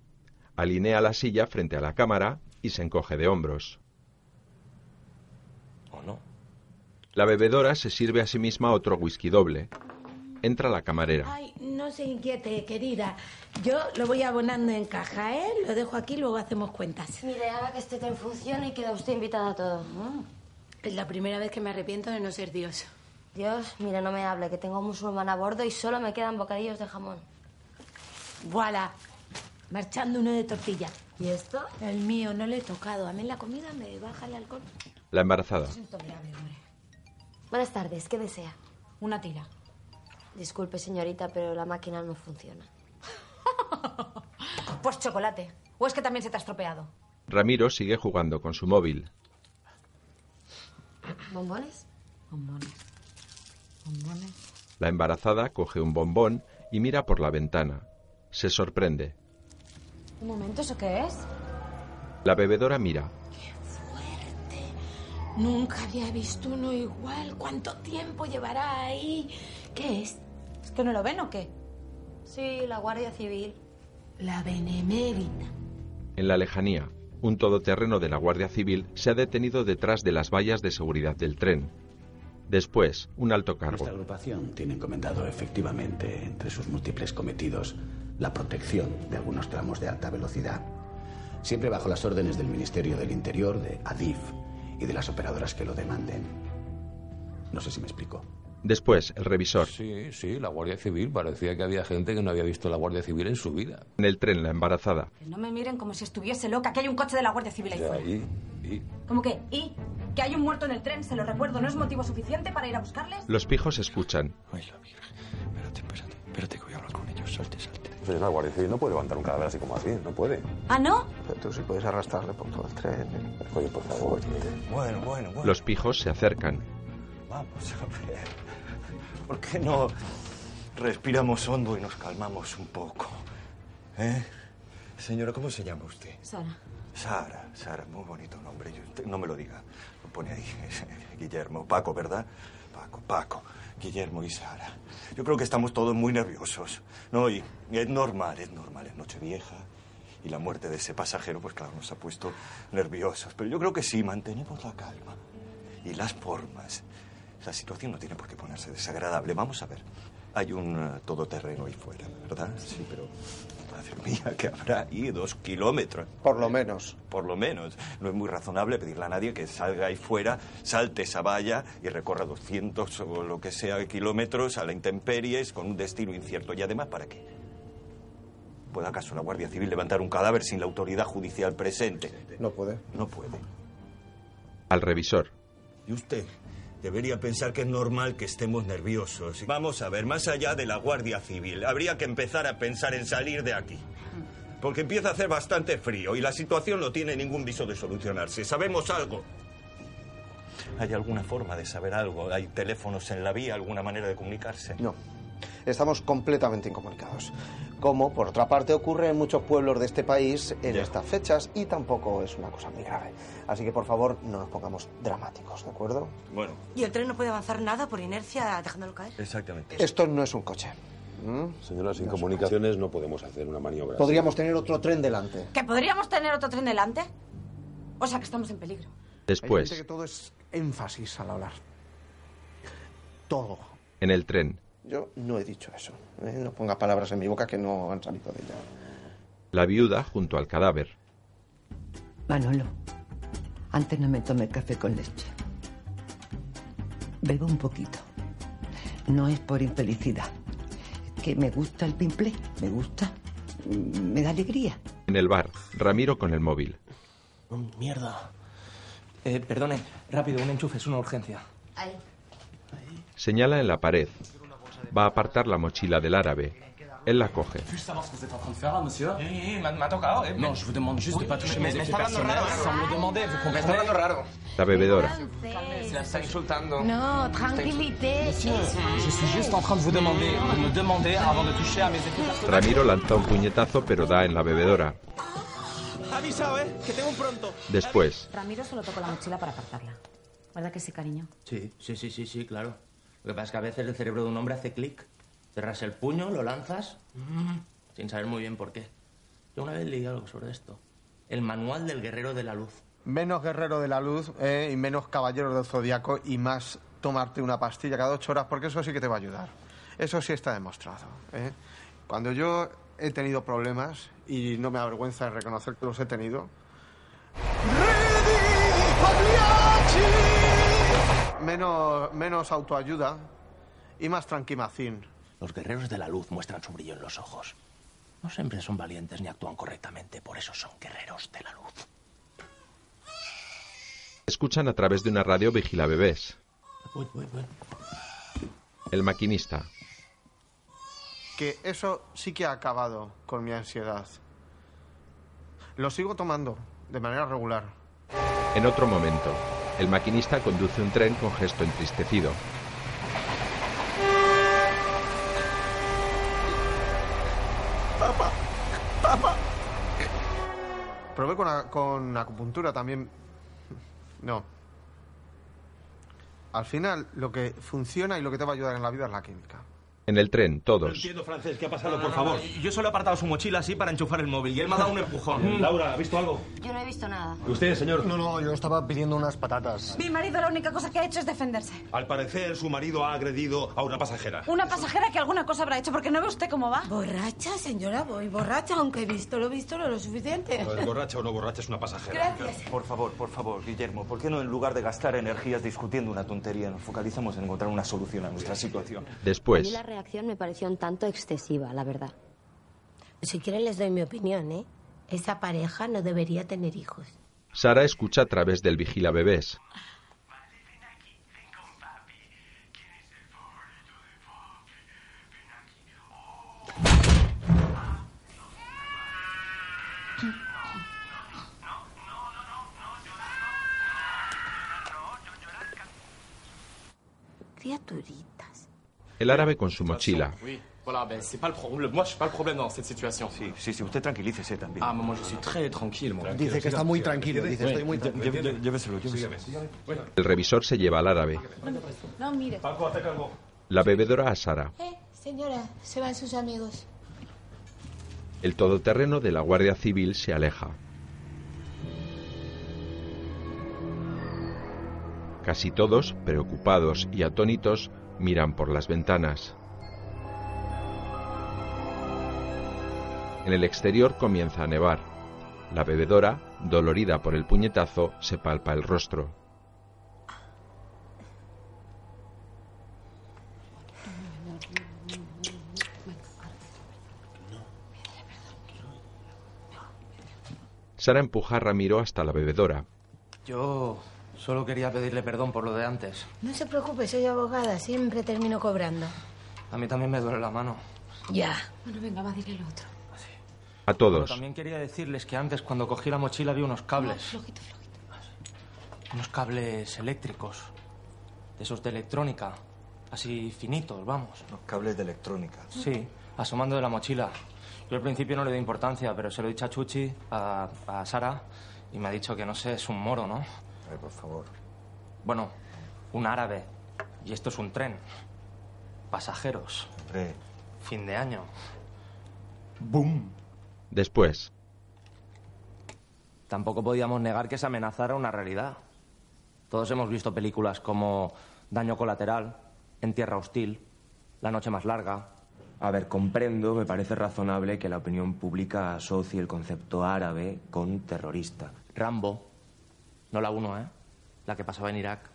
Alinea la silla frente a la cámara y se encoge de hombros.
¿O no?
La bebedora se sirve a sí misma otro whisky doble. Entra la camarera.
Ay, no se inquiete, querida. Yo lo voy abonando en caja, ¿eh? Lo dejo aquí, luego hacemos cuentas.
Mire, ahora que este esté en función y queda usted invitada a todo.
Es la primera vez que me arrepiento de no ser Dios.
Dios, mire, no me hable, que tengo un musulmán a bordo y solo me quedan bocadillos de jamón.
¡Voilà! Marchando uno de tortilla.
¿Y esto?
El mío, no le he tocado. A mí en la comida me baja el alcohol.
La embarazada.
Buenas tardes, ¿qué desea? Una tira. Disculpe, señorita, pero la máquina no funciona.
Pues chocolate. ¿O es que también se te ha estropeado?
Ramiro sigue jugando con su móvil.
¿Bombones?
Bombones. Bombones.
La embarazada coge un bombón y mira por la ventana. Se sorprende.
Un momento, ¿eso qué es?
La bebedora mira.
Nunca había visto uno igual. ¿Cuánto tiempo llevará ahí? ¿Qué es?
¿Es que no lo ven o qué?
Sí, la Guardia Civil.
La Benemérita.
En la lejanía, un todoterreno de la Guardia Civil se ha detenido detrás de las vallas de seguridad del tren. Después, un alto
Nuestra
cargo.
agrupación tiene encomendado efectivamente, entre sus múltiples cometidos, la protección de algunos tramos de alta velocidad, siempre bajo las órdenes del Ministerio del Interior, de ADIF y de las operadoras que lo demanden. No sé si me explico.
Después, el revisor.
Sí, sí, la Guardia Civil. Parecía que había gente que no había visto la Guardia Civil en su vida.
En el tren, la embarazada.
Que no me miren como si estuviese loca, que hay un coche de la Guardia Civil ahí fuera. ¿Cómo que? ¿Y? Que hay un muerto en el tren, se lo recuerdo, ¿no es motivo suficiente para ir a buscarles?
Los pijos escuchan.
Espérate que voy a hablar con ellos. Salte, salte.
Pero la Guardia Civil no puede levantar un cadáver así como así. No puede.
¿Ah, no?
Pero tú sí puedes arrastrarle por todo el tren.
Oye, por favor.
Bueno, bueno, bueno.
Los pijos se acercan.
Vamos a ver. ¿Por qué no respiramos hondo y nos calmamos un poco? ¿Eh? Señora, ¿cómo se llama usted?
Sara.
Sara, Sara, muy bonito nombre. Yo- usted no me lo diga. Lo pone ahí. [LAUGHS] Guillermo, Paco, ¿verdad? Paco, Paco, Guillermo y Sara. Yo creo que estamos todos muy nerviosos. No, y y es normal, es normal. Es Nochevieja. Y la muerte de ese pasajero, pues claro, nos ha puesto nerviosos. Pero yo creo que sí, mantenemos la calma. Y las formas. La situación no tiene por qué ponerse desagradable. Vamos a ver. Hay un eh, todoterreno ahí fuera, ¿verdad? Sí, pero madre mía, que habrá ahí dos kilómetros. Por lo menos. Por lo menos. No es muy razonable pedirle a nadie que salga ahí fuera, salte esa valla y recorra 200 o lo que sea kilómetros a la intemperies con un destino incierto. Y además, ¿para qué? ¿Puede acaso la Guardia Civil levantar un cadáver sin la autoridad judicial presente? No puede. No puede.
Al revisor.
Y usted debería pensar que es normal que estemos nerviosos. Vamos a ver, más allá de la Guardia Civil, habría que empezar a pensar en salir de aquí. Porque empieza a hacer bastante frío y la situación no tiene ningún viso de solucionarse. Sabemos algo. ¿Hay alguna forma de saber algo? ¿Hay teléfonos en la vía? ¿Alguna manera de comunicarse?
No. Estamos completamente incomunicados. Como, por otra parte, ocurre en muchos pueblos de este país en estas fechas y tampoco es una cosa muy grave. Así que, por favor, no nos pongamos dramáticos, ¿de acuerdo?
Bueno,
Y el tren no puede avanzar nada por inercia dejándolo caer.
exactamente.
Esto no es un coche.
Señoras, sin comunicaciones no podemos hacer una maniobra. así.
Podríamos tener otro tren delante.
¿Que podríamos tener otro tren delante? O sea que estamos en peligro.
Después.
Hay gente que todo es énfasis al hablar. Todo.
En el tren,
Yo no he dicho eso. ¿eh? No ponga palabras en mi boca que no han salido de ella.
la viuda junto al cadáver.
Manolo, antes no me tome café con leche. Bebo un poquito. No es por infelicidad. Que me gusta el pimple, me gusta. Mm, Me da alegría.
En el bar, Ramiro con el móvil.
Mierda. Eh, perdone, rápido, un enchufe, es una urgencia.
Señala en la pared. Va a apartar la mochila del árabe. Él la coge.
Puis-je savoir ce que vous êtes en train de faire là, monsieur m'a tocado.
eh.
Non, je vous demande juste de pas toucher mes effets personnels sans me le demander, vous comprenez Me está dando raro.
La bebedora.
Se la está insultando.
No, tranquilité.
Je suis juste en train de vous demander, de me demander avant de toucher à mes effets personnels.
Ramiro lanza un puñetazo pero da en la bebedora.
Avisado, eh, que tengo un pronto.
Después,
Ramiro solo tocó la mochila para apartarla. ¿Verdad que sí, cariño?
Sí, sí, sí, sí, sí, claro. Lo que pasa es que a veces el cerebro de un hombre hace clic. Cerras el puño, lo lanzas, mm, sin saber muy bien por qué. Yo una vez leí algo sobre esto. El manual del guerrero de la luz.
Menos guerrero de la luz eh, y menos caballero del zodiaco y más tomarte una pastilla cada ocho horas porque eso sí que te va a ayudar. Eso sí está demostrado. ¿eh? Cuando yo he tenido problemas y no me avergüenza de reconocer que los he tenido. Menos, menos autoayuda y más tranquimacín.
Los guerreros de la luz muestran su brillo en los ojos. No siempre son valientes ni actúan correctamente, por eso son guerreros de la luz.
escuchan a través de una radio vigila bebés.
Voy, voy, voy.
El maquinista.
que eso sí que ha acabado con mi ansiedad. Lo sigo tomando de manera regular.
En otro momento, el maquinista conduce un tren con gesto entristecido.
¡Papá! ¡Papá! Probé con, a- con acupuntura también. No. Al final, lo que funciona y lo que te va a ayudar en la vida es la química.
En el tren, todos.
entiendo, Francés, ¿qué ha pasado,
por favor?
Yo solo he apartado su mochila así para enchufar el móvil y él me ha dado un empujón. Laura, ¿ha visto algo?
Yo no he visto nada.
¿Usted, señor? No, no, yo estaba pidiendo unas patatas.
Mi marido la única cosa que ha hecho es defenderse.
Al parecer, su marido ha agredido a una pasajera.
Una pasajera que alguna cosa habrá hecho porque no ve usted cómo va.
Borracha, señora, voy borracha, aunque he visto lo visto no lo suficiente.
borracha o no borracha es una pasajera.
Gracias.
Por favor, por favor, Guillermo, ¿por qué no en lugar de gastar energías discutiendo una tontería nos focalizamos en encontrar una solución a nuestra situación? Pues-
A mí la reacción me pareció un tanto excesiva, la verdad.
Si quieren les doy mi opinión, ¿eh? Esa pareja no debería tener hijos.
Sara escucha a través del vigila bebés.
Criaturita.
El árabe con su mochila.
Oui, voilà, ben c'est pas le problème. Moi, je suis pas le problème dans cette situation. Si,
si, si, usted tranquilícese también.
Ah, mais moi, je suis très tranquille, moi.
Dice que está muy tranquilo, dice, estoy muy tranquilo.
Lléveselo,
lléveselo.
El revisor se lleva al árabe.
No, mire.
Paco, hace cargo.
La bebedora a Sara.
Eh, señora, se van sus amigos.
El todoterreno de la Guardia Civil se aleja. Casi todos, preocupados y atónitos, miran por las ventanas. En el exterior comienza a nevar. La bebedora, dolorida por el puñetazo, se palpa el rostro. Sara empuja a Ramiro hasta la bebedora.
Yo solo quería pedirle perdón por lo de antes.
No se preocupe, soy abogada, siempre termino cobrando.
A mí también me duele la mano.
Ya. Bueno, venga, va a decir el otro.
A
Pero
todos.
también quería decirles que antes, cuando cogí la mochila, vi unos cables. Unos cables eléctricos. De esos de electrónica. Así finitos, vamos.
Los cables de electrónica.
Sí, asomando de la mochila. Yo al principio no le di importancia, pero se lo he dicho a Chuchi, a, a Sara, y me ha dicho que no sé, es un moro, ¿no?
Ay, por favor.
Bueno, un árabe. Y esto es un tren. Pasajeros.
Hombre,
Fin de año.
Boom.
Después,
Tampoco podíamos negar que esa amenaza era una realidad. Todos hemos visto películas como Daño Colateral, En Tierra Hostil, La Noche Más Larga.
A ver, comprendo, me parece razonable que la opinión pública asocie el concepto árabe con terrorista.
Rambo, no la uno, ¿eh? La que pasaba en Irak.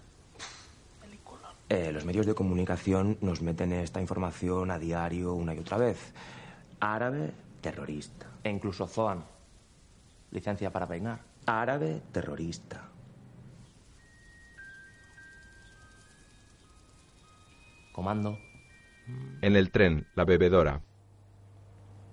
Eh, los medios de comunicación nos meten esta información a diario una y otra vez. Árabe, terrorista.
E incluso Zoan, licencia para peinar.
Árabe, terrorista.
Comando.
en el tren, la bebedora.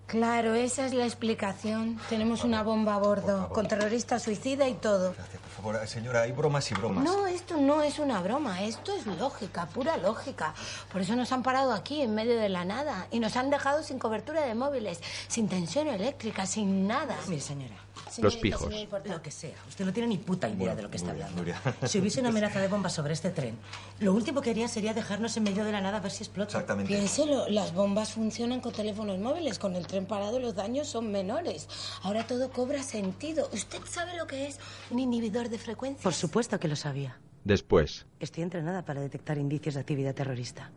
Claro, esa es la explicación. Tenemos una bomba a bordo, con terrorista suicida y todo.
Por favor, eh, señora, hay bromas y bromas.
No, esto no es una broma, esto es lógica, pura lógica. Por eso nos han parado aquí, en medio de la nada, y nos han dejado sin cobertura de móviles, sin tensión eléctrica, sin nada.
Mire, señora.
Los pijos.
Lo que sea. Usted no tiene ni puta idea de lo que está hablando.
[LAUGHS]
Si hubiese una amenaza de bomba sobre este tren, lo último que haría sería dejarnos en medio de la nada a ver si explota. Exactamente.
Piénselo, las bombas funcionan con teléfonos móviles, con el tren parado los daños son menores. Ahora todo cobra sentido. ¿Usted sabe lo que es un inhibidor de frecuencia?
Por supuesto que lo sabía.
Después,
Estoy entrenada para detectar indicios de actividad terrorista.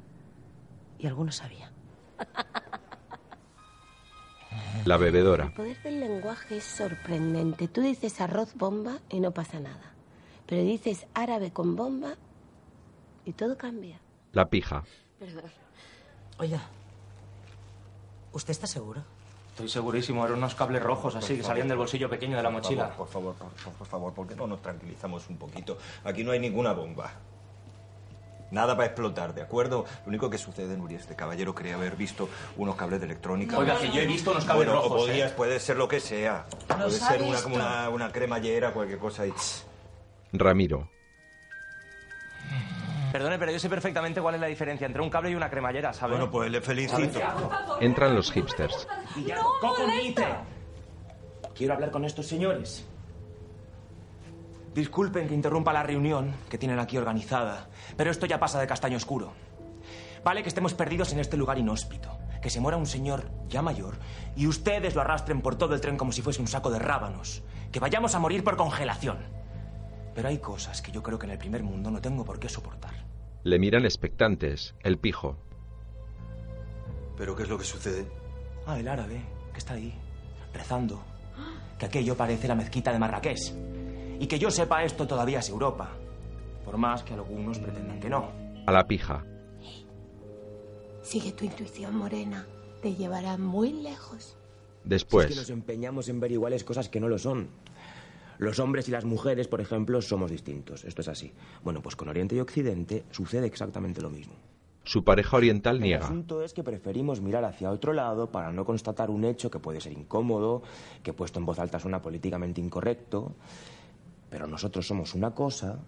Y algunos sabía.
la bebedora.
El poder del lenguaje es sorprendente. Tú dices arroz bomba y no pasa nada. Pero dices árabe con bomba y todo cambia.
La pija.
Oiga, ¿usted está seguro?
Estoy segurísimo, eran unos cables rojos así que salían del bolsillo pequeño de la
Por
mochila.
favor, Por favor, por, por- por favor, ¿por qué no nos tranquilizamos un poquito? Aquí no hay ninguna bomba. Nada va a explotar, ¿de acuerdo? Lo único que sucede, Nuria, este caballero cree haber visto unos cables de electrónica.
Oiga, que yo he visto unos cables
Bueno, o
rojos,
podías-
¿eh?
puede ser lo que sea. puede
Los ha
ser una,
visto.
una, una cremallera, cualquier cosa. Y...
Ramiro.
Perdone, pero yo sé perfectamente cuál es la diferencia entre un cable y una cremallera, ¿sabes? Bueno,
pues le felicito.
Entran los hipsters.
¡Coco, dice! Quiero hablar con estos señores. Disculpen que interrumpa la reunión que tienen aquí organizada, pero esto ya pasa de castaño oscuro. Vale que estemos perdidos en este lugar inhóspito, que se muera un señor ya mayor y ustedes lo arrastren por todo el tren como si fuese un saco de rábanos, que vayamos a morir por congelación. Pero hay cosas que yo creo que en el primer mundo no tengo por qué soportar.
Le miran expectantes. El pijo.
¿Pero qué es lo que sucede?
Ah, el árabe, que está ahí, rezando. Que aquello parece la mezquita de Marrakech. Y que yo sepa esto todavía es Europa. Por más que algunos pretendan que no.
A la pija.
Sigue tu intuición morena, te llevará muy lejos.
Después.
es que nos empeñamos en ver iguales cosas que no lo son. Los hombres y las mujeres, por ejemplo, somos distintos. Esto es así. Bueno, pues con Oriente y Occidente sucede exactamente lo mismo.
Su pareja oriental
El
niega.
asunto es que preferimos mirar hacia otro lado para no constatar un hecho que puede ser incómodo, que puesto en voz alta suena políticamente incorrecto, pero nosotros somos una cosa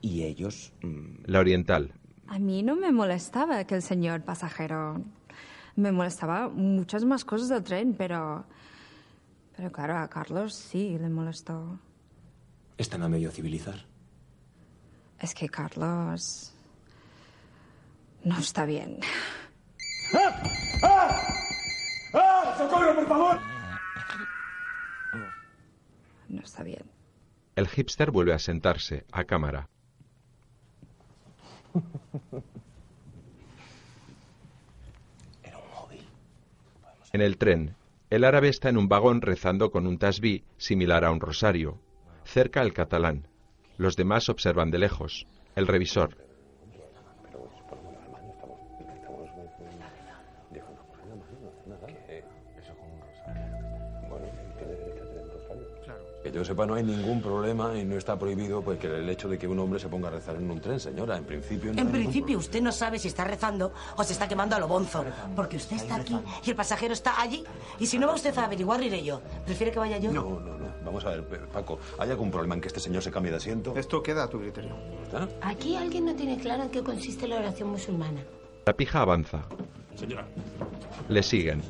y ellos... mm,
La oriental.
A mí no me molestaba que el señor pasajero... Me molestaba muchas más cosas del tren, pero... Pero claro, a Carlos sí le molestó.
están a medio civilizar.
Es que Carlos... No está bien.
¡Ah! ¡Socorro, por favor!
No está bien.
El hipster vuelve a sentarse, a cámara. En el tren, el árabe está en un vagón rezando con un tasbí similar a un rosario. Cerca el catalán. Los demás observan de lejos. El revisor.
Que yo sepa, no hay ningún problema y no está prohibido pues, que el hecho de que un hombre se ponga a rezar en un tren, señora. En principio no.
En principio, usted no sabe si está rezando o se está quemando a lo bonzo. Porque usted está aquí y el pasajero está allí. Y si no va usted a averiguar, iré yo. ¿Prefiere que vaya yo?
No, no, no. Vamos a ver, Pe- Paco, ¿hay algún problema en que este señor se cambie de asiento? ¿Ah?
Esto queda a tu criterio.
¿Está?
Aquí alguien no tiene claro en qué consiste la oración musulmana.
La pija avanza.
Señora.
Le siguen.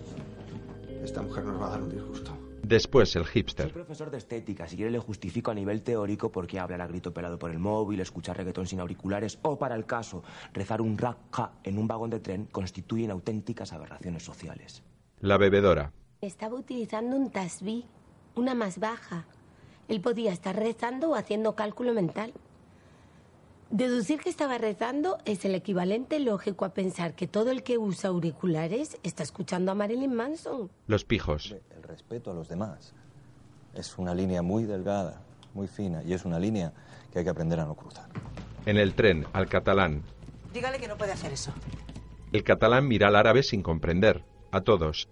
Esta mujer nos va a dar un disgusto.
Después el
Soy
hipster.
profesor de estética. Si quiere, le justifico a nivel teórico por qué hablar a grito pelado por el móvil, escuchar reggaetón sin auriculares o, para el caso, rezar un rakka en un vagón de tren constituyen auténticas aberraciones sociales.
La bebedora.
Estaba utilizando un tasbí, una más baja. Él podía estar rezando o haciendo cálculo mental. Deducir que estaba rezando es el equivalente lógico a pensar que todo el que usa auriculares está escuchando a Marilyn Manson.
Los pijos.
El respeto a los demás es una línea muy delgada, muy fina, y es una línea que hay que aprender a no cruzar.
En el tren, al catalán.
Dígale que no puede hacer eso.
El catalán mira al árabe sin comprender. A todos.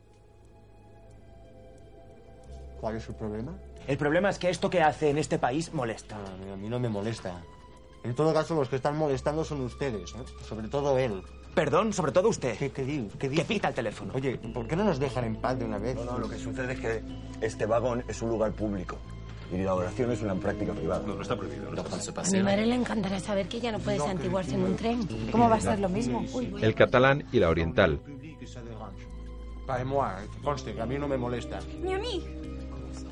¿Cuál es su problema? Ah,
El problema es que esto que hace en este país molesta.
a mí no me molesta. En todo caso, los que están molestando son ustedes, ¿eh? sobre todo él.
Perdón, sobre todo usted.
¿Qué, qué digo? ¿Qué
Que pita el teléfono.
Oye, ¿por qué no nos dejan en paz de una vez?
No, no, lo que
sucede es
que este vagón es un lugar público y la oración es una práctica privada. No, está prohibido.
A mi madre le encantará saber que ya no puedes antiguarse en un tren.
¿Cómo va a ser lo mismo?
Uy, voy a-
El catalán y la oriental.
Para moi,
eh,
que conste que a mí no me molesta.
Ni a mí.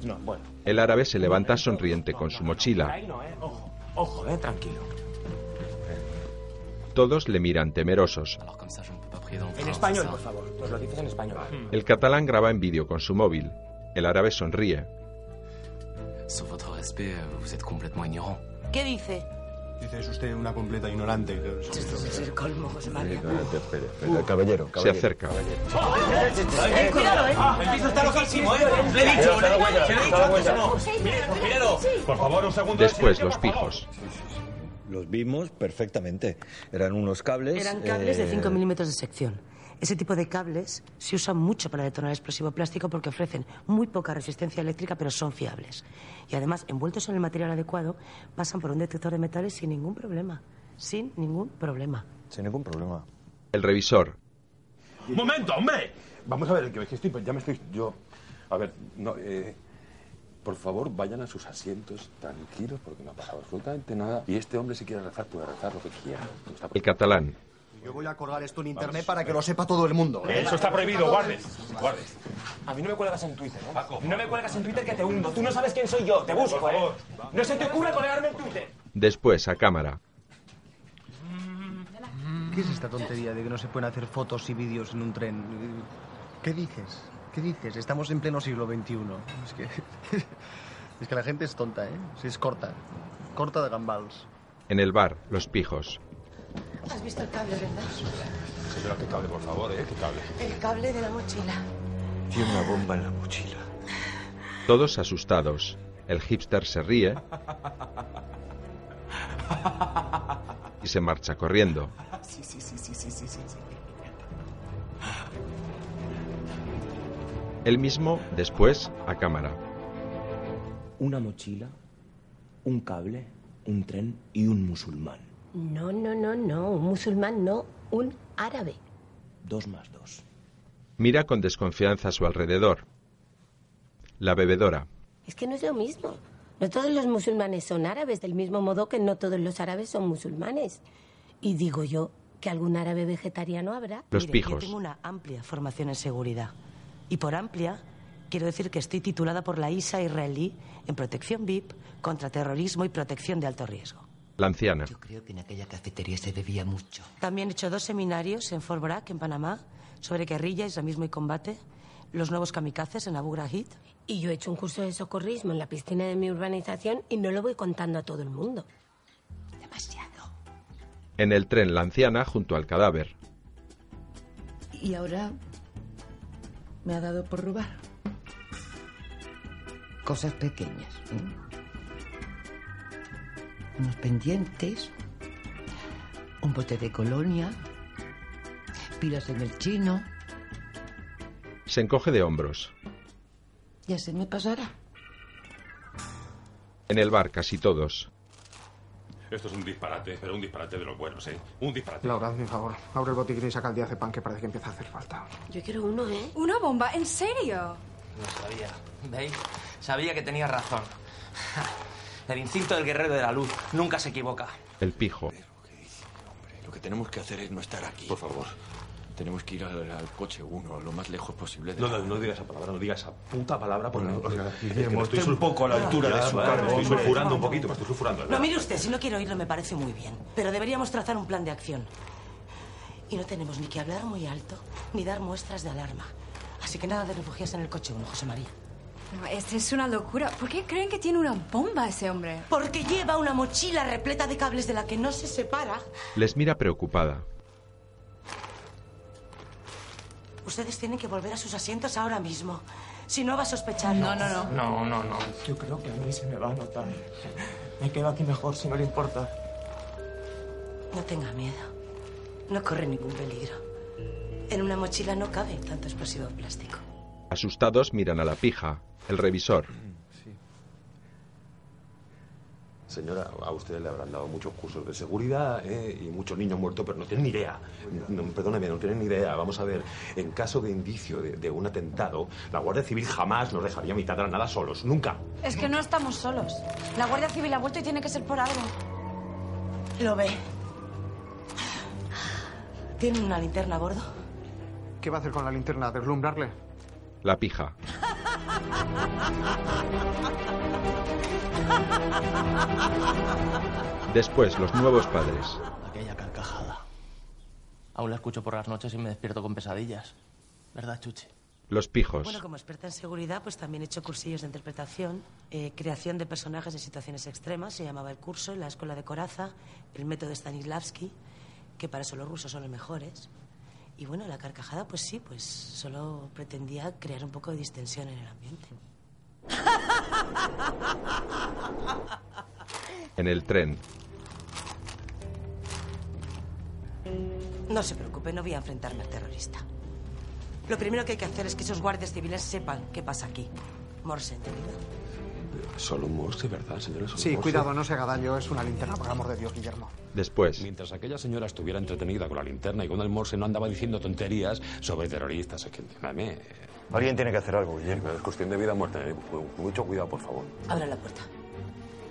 No, bueno.
El árabe se levanta sonriente con su mochila.
Ahí no, ¿eh? Ojo, ojo, ¿eh? Tranquilo.
Todos le miran temerosos.
En español, por favor. Nos lo dices en español.
El catalán graba en vídeo con su móvil. El árabe sonríe.
Sous votre respect, euh, vous êtes complètement ignorant.
¿Qué dice?
Dice, es usted una completa ignorante.
Esto es el colmo, José María.
Caballero,
Se acerca.
Eh, cuidado, eh.
Ah, el piso está localísimo, ¿eh? Le he
Se
dicho,
ha dado
le
cuenta,
he- se lo he
se ha
dicho
dado
antes o no.
cuenta.
Míralo, míralo.
Por favor, un segundo.
Después los pijos.
Los vimos perfectamente. Eran unos cables.
Eran cables de 5
eh,
milímetros de sección. Ese tipo de cables se usan mucho para detonar explosivo plástico porque ofrecen muy poca resistencia eléctrica, pero son fiables. Y además, envueltos en el material adecuado, pasan por un detector de metales sin ningún problema. Sin ningún problema.
Sin ningún problema.
El revisor.
¡Un momento, hombre! Vamos a ver, que que estoy, ya me estoy yo. A ver, no, eh, por favor, vayan a sus asientos tranquilos porque no ha pasado absolutamente nada. Y este hombre, si quiere rezar, puede rezar lo que quiera. No está-
El catalán.
Yo voy a colgar esto en internet
Vamos,
para que lo sepa todo el mundo. ¿eh?
Eso está prohibido, guardes,
guardes.
A mí no me cuelgas en Twitter, ¿eh? no me cuelgas en Twitter que te hundo. Tú no sabes quién soy yo. Te busco, ¿eh? No se te ocurra colgarme en Twitter.
Después a cámara.
¿Qué es esta tontería de que no se pueden hacer fotos y vídeos en un tren? ¿Qué dices? ¿Qué dices? Estamos en pleno siglo XXI. Es que, [LAUGHS] es que la gente es tonta, ¿eh? Sí, es corta. Corta de gambals.
En el bar, los pijos.
Has visto el cable, ¿verdad?
Señora, que cable, por favor, ¿eh? Que cable.
El cable de la mochila.
Tiene una bomba en la mochila.
Todos asustados. El hipster se ríe y se marcha corriendo.
Ah,
Sí, sí, sí, sí, sí, sí, sí.
Él mismo, después, a cámara.
Una mochila, un cable, un tren y un musulmán.
No, no, no, no. Un musulmán no. Un árabe.
Dos más dos.
Mira con desconfianza a su alrededor. La bebedora.
Es que no es lo mismo. No todos los musulmanes son árabes, del mismo modo que no todos los árabes son musulmanes. Y digo yo que algún árabe vegetariano habrá.
Los
Mire, Yo
pijos.
tengo una amplia formación en seguridad. Y por amplia, quiero decir que estoy titulada por la ISA israelí en protección VIP contra terrorismo y protección de alto riesgo.
La anciana.
Creo que en aquella cafetería se bebía mucho.
También he hecho dos seminarios en Fort Bragg, en Panamá, sobre guerrilla, islamismo y combate, los nuevos kamikazes en Abu Ghraib.
Y yo he hecho un curso de socorrismo en la piscina de mi urbanización y no lo voy contando a todo el mundo.
En el tren, la anciana junto al cadáver.
Y ahora
Me ha dado por robar. Cosas pequeñas. ¿eh? Unos pendientes. Un bote de colonia. Pilas en el chino.
Se encoge de hombros.
Ya se me pasará.
En el bar, casi todos.
Esto es un disparate, pero un disparate de los buenos, ¿eh? Un disparate.
Laura, hazme un favor. Abre el botiquín y saca el diazepam que parece que empieza a hacer falta.
Yo quiero uno, ¿eh?
Una bomba, ¿en serio?
Lo sabía, ¿veis? Sabía que tenía razón. [LAUGHS] El instinto del guerrero de la luz nunca se equivoca.
El pijo.
Lo que tenemos que hacer es no estar aquí. Por
favor.
Tenemos que ir al, al coche 1, lo más lejos posible.
No, no, no digas esa palabra, no digas esa puta palabra porque es que me estoy Ah,
ten
un poco a la
piedad,
altura de su cargo. Estoy
hombre.
sulfurando un poquito, me estoy sulfurando.
No, mire usted, si no quiere oírlo me parece muy bien, pero deberíamos trazar un plan de acción. Y no tenemos ni que hablar muy alto, ni dar muestras de alarma. Así que nada de refugiarse en el coche uno, José María.
No, esta es una locura. ¿Por qué creen que tiene una bomba ese hombre?
Porque lleva una mochila repleta de cables de la que no se separa.
Les mira preocupada.
Ustedes tienen que volver a sus asientos ahora mismo. Si no, va a sospechar.
No, no, no.
No, no, no. Yo creo que a mí se me va a notar. Me quedo aquí mejor si no le importa.
No tenga miedo. No corre ningún peligro. En una mochila no cabe tanto explosivo plástico.
Asustados miran a la pija, el revisor.
Señora, a usted le habrán dado muchos cursos de seguridad ¿eh? y muchos niños muertos, pero no tienen ni idea. No, perdóneme, no tienen ni idea. Vamos a ver, en caso de indicio de, de un atentado, la Guardia Civil jamás nos dejaría a mitad de la nada solos, nunca.
Es que no estamos solos. La Guardia Civil ha vuelto y tiene que ser por algo.
Lo ve. ¿Tienen una linterna a bordo?
¿Qué va a hacer con la linterna? ¿Deslumbrarle?
La pija. Después, los nuevos padres.
Aquella carcajada. Aún la escucho por las noches y me despierto con pesadillas. ¿Verdad, Chuchi?
Los pijos.
Bueno, como experta en seguridad, pues también he hecho cursillos de interpretación, eh, creación de personajes en situaciones extremas, se llamaba el curso, la escuela de coraza, el método Stanislavski, que para eso los rusos son los mejores. Y bueno, la carcajada, pues sí, pues solo pretendía crear un poco de distensión en el ambiente.
En el tren.
No se preocupe, no voy a enfrentarme al terrorista. Lo primero que hay que hacer es que esos guardias civiles sepan qué pasa aquí. Morse, ¿entendido?
Solo un morse, ¿verdad, señora? Solo un
Sí,
morse.
cuidado, no se haga daño. Es una linterna, por amor de Dios, Guillermo.
Después.
Mientras aquella señora estuviera entretenida con la linterna y con el morse no andaba diciendo tonterías sobre terroristas, es que entiéndame.
Alguien tiene que hacer algo, Guillermo.
Es cuestión de vida o muerte. eh. Mucho cuidado, por favor.
Abra la puerta.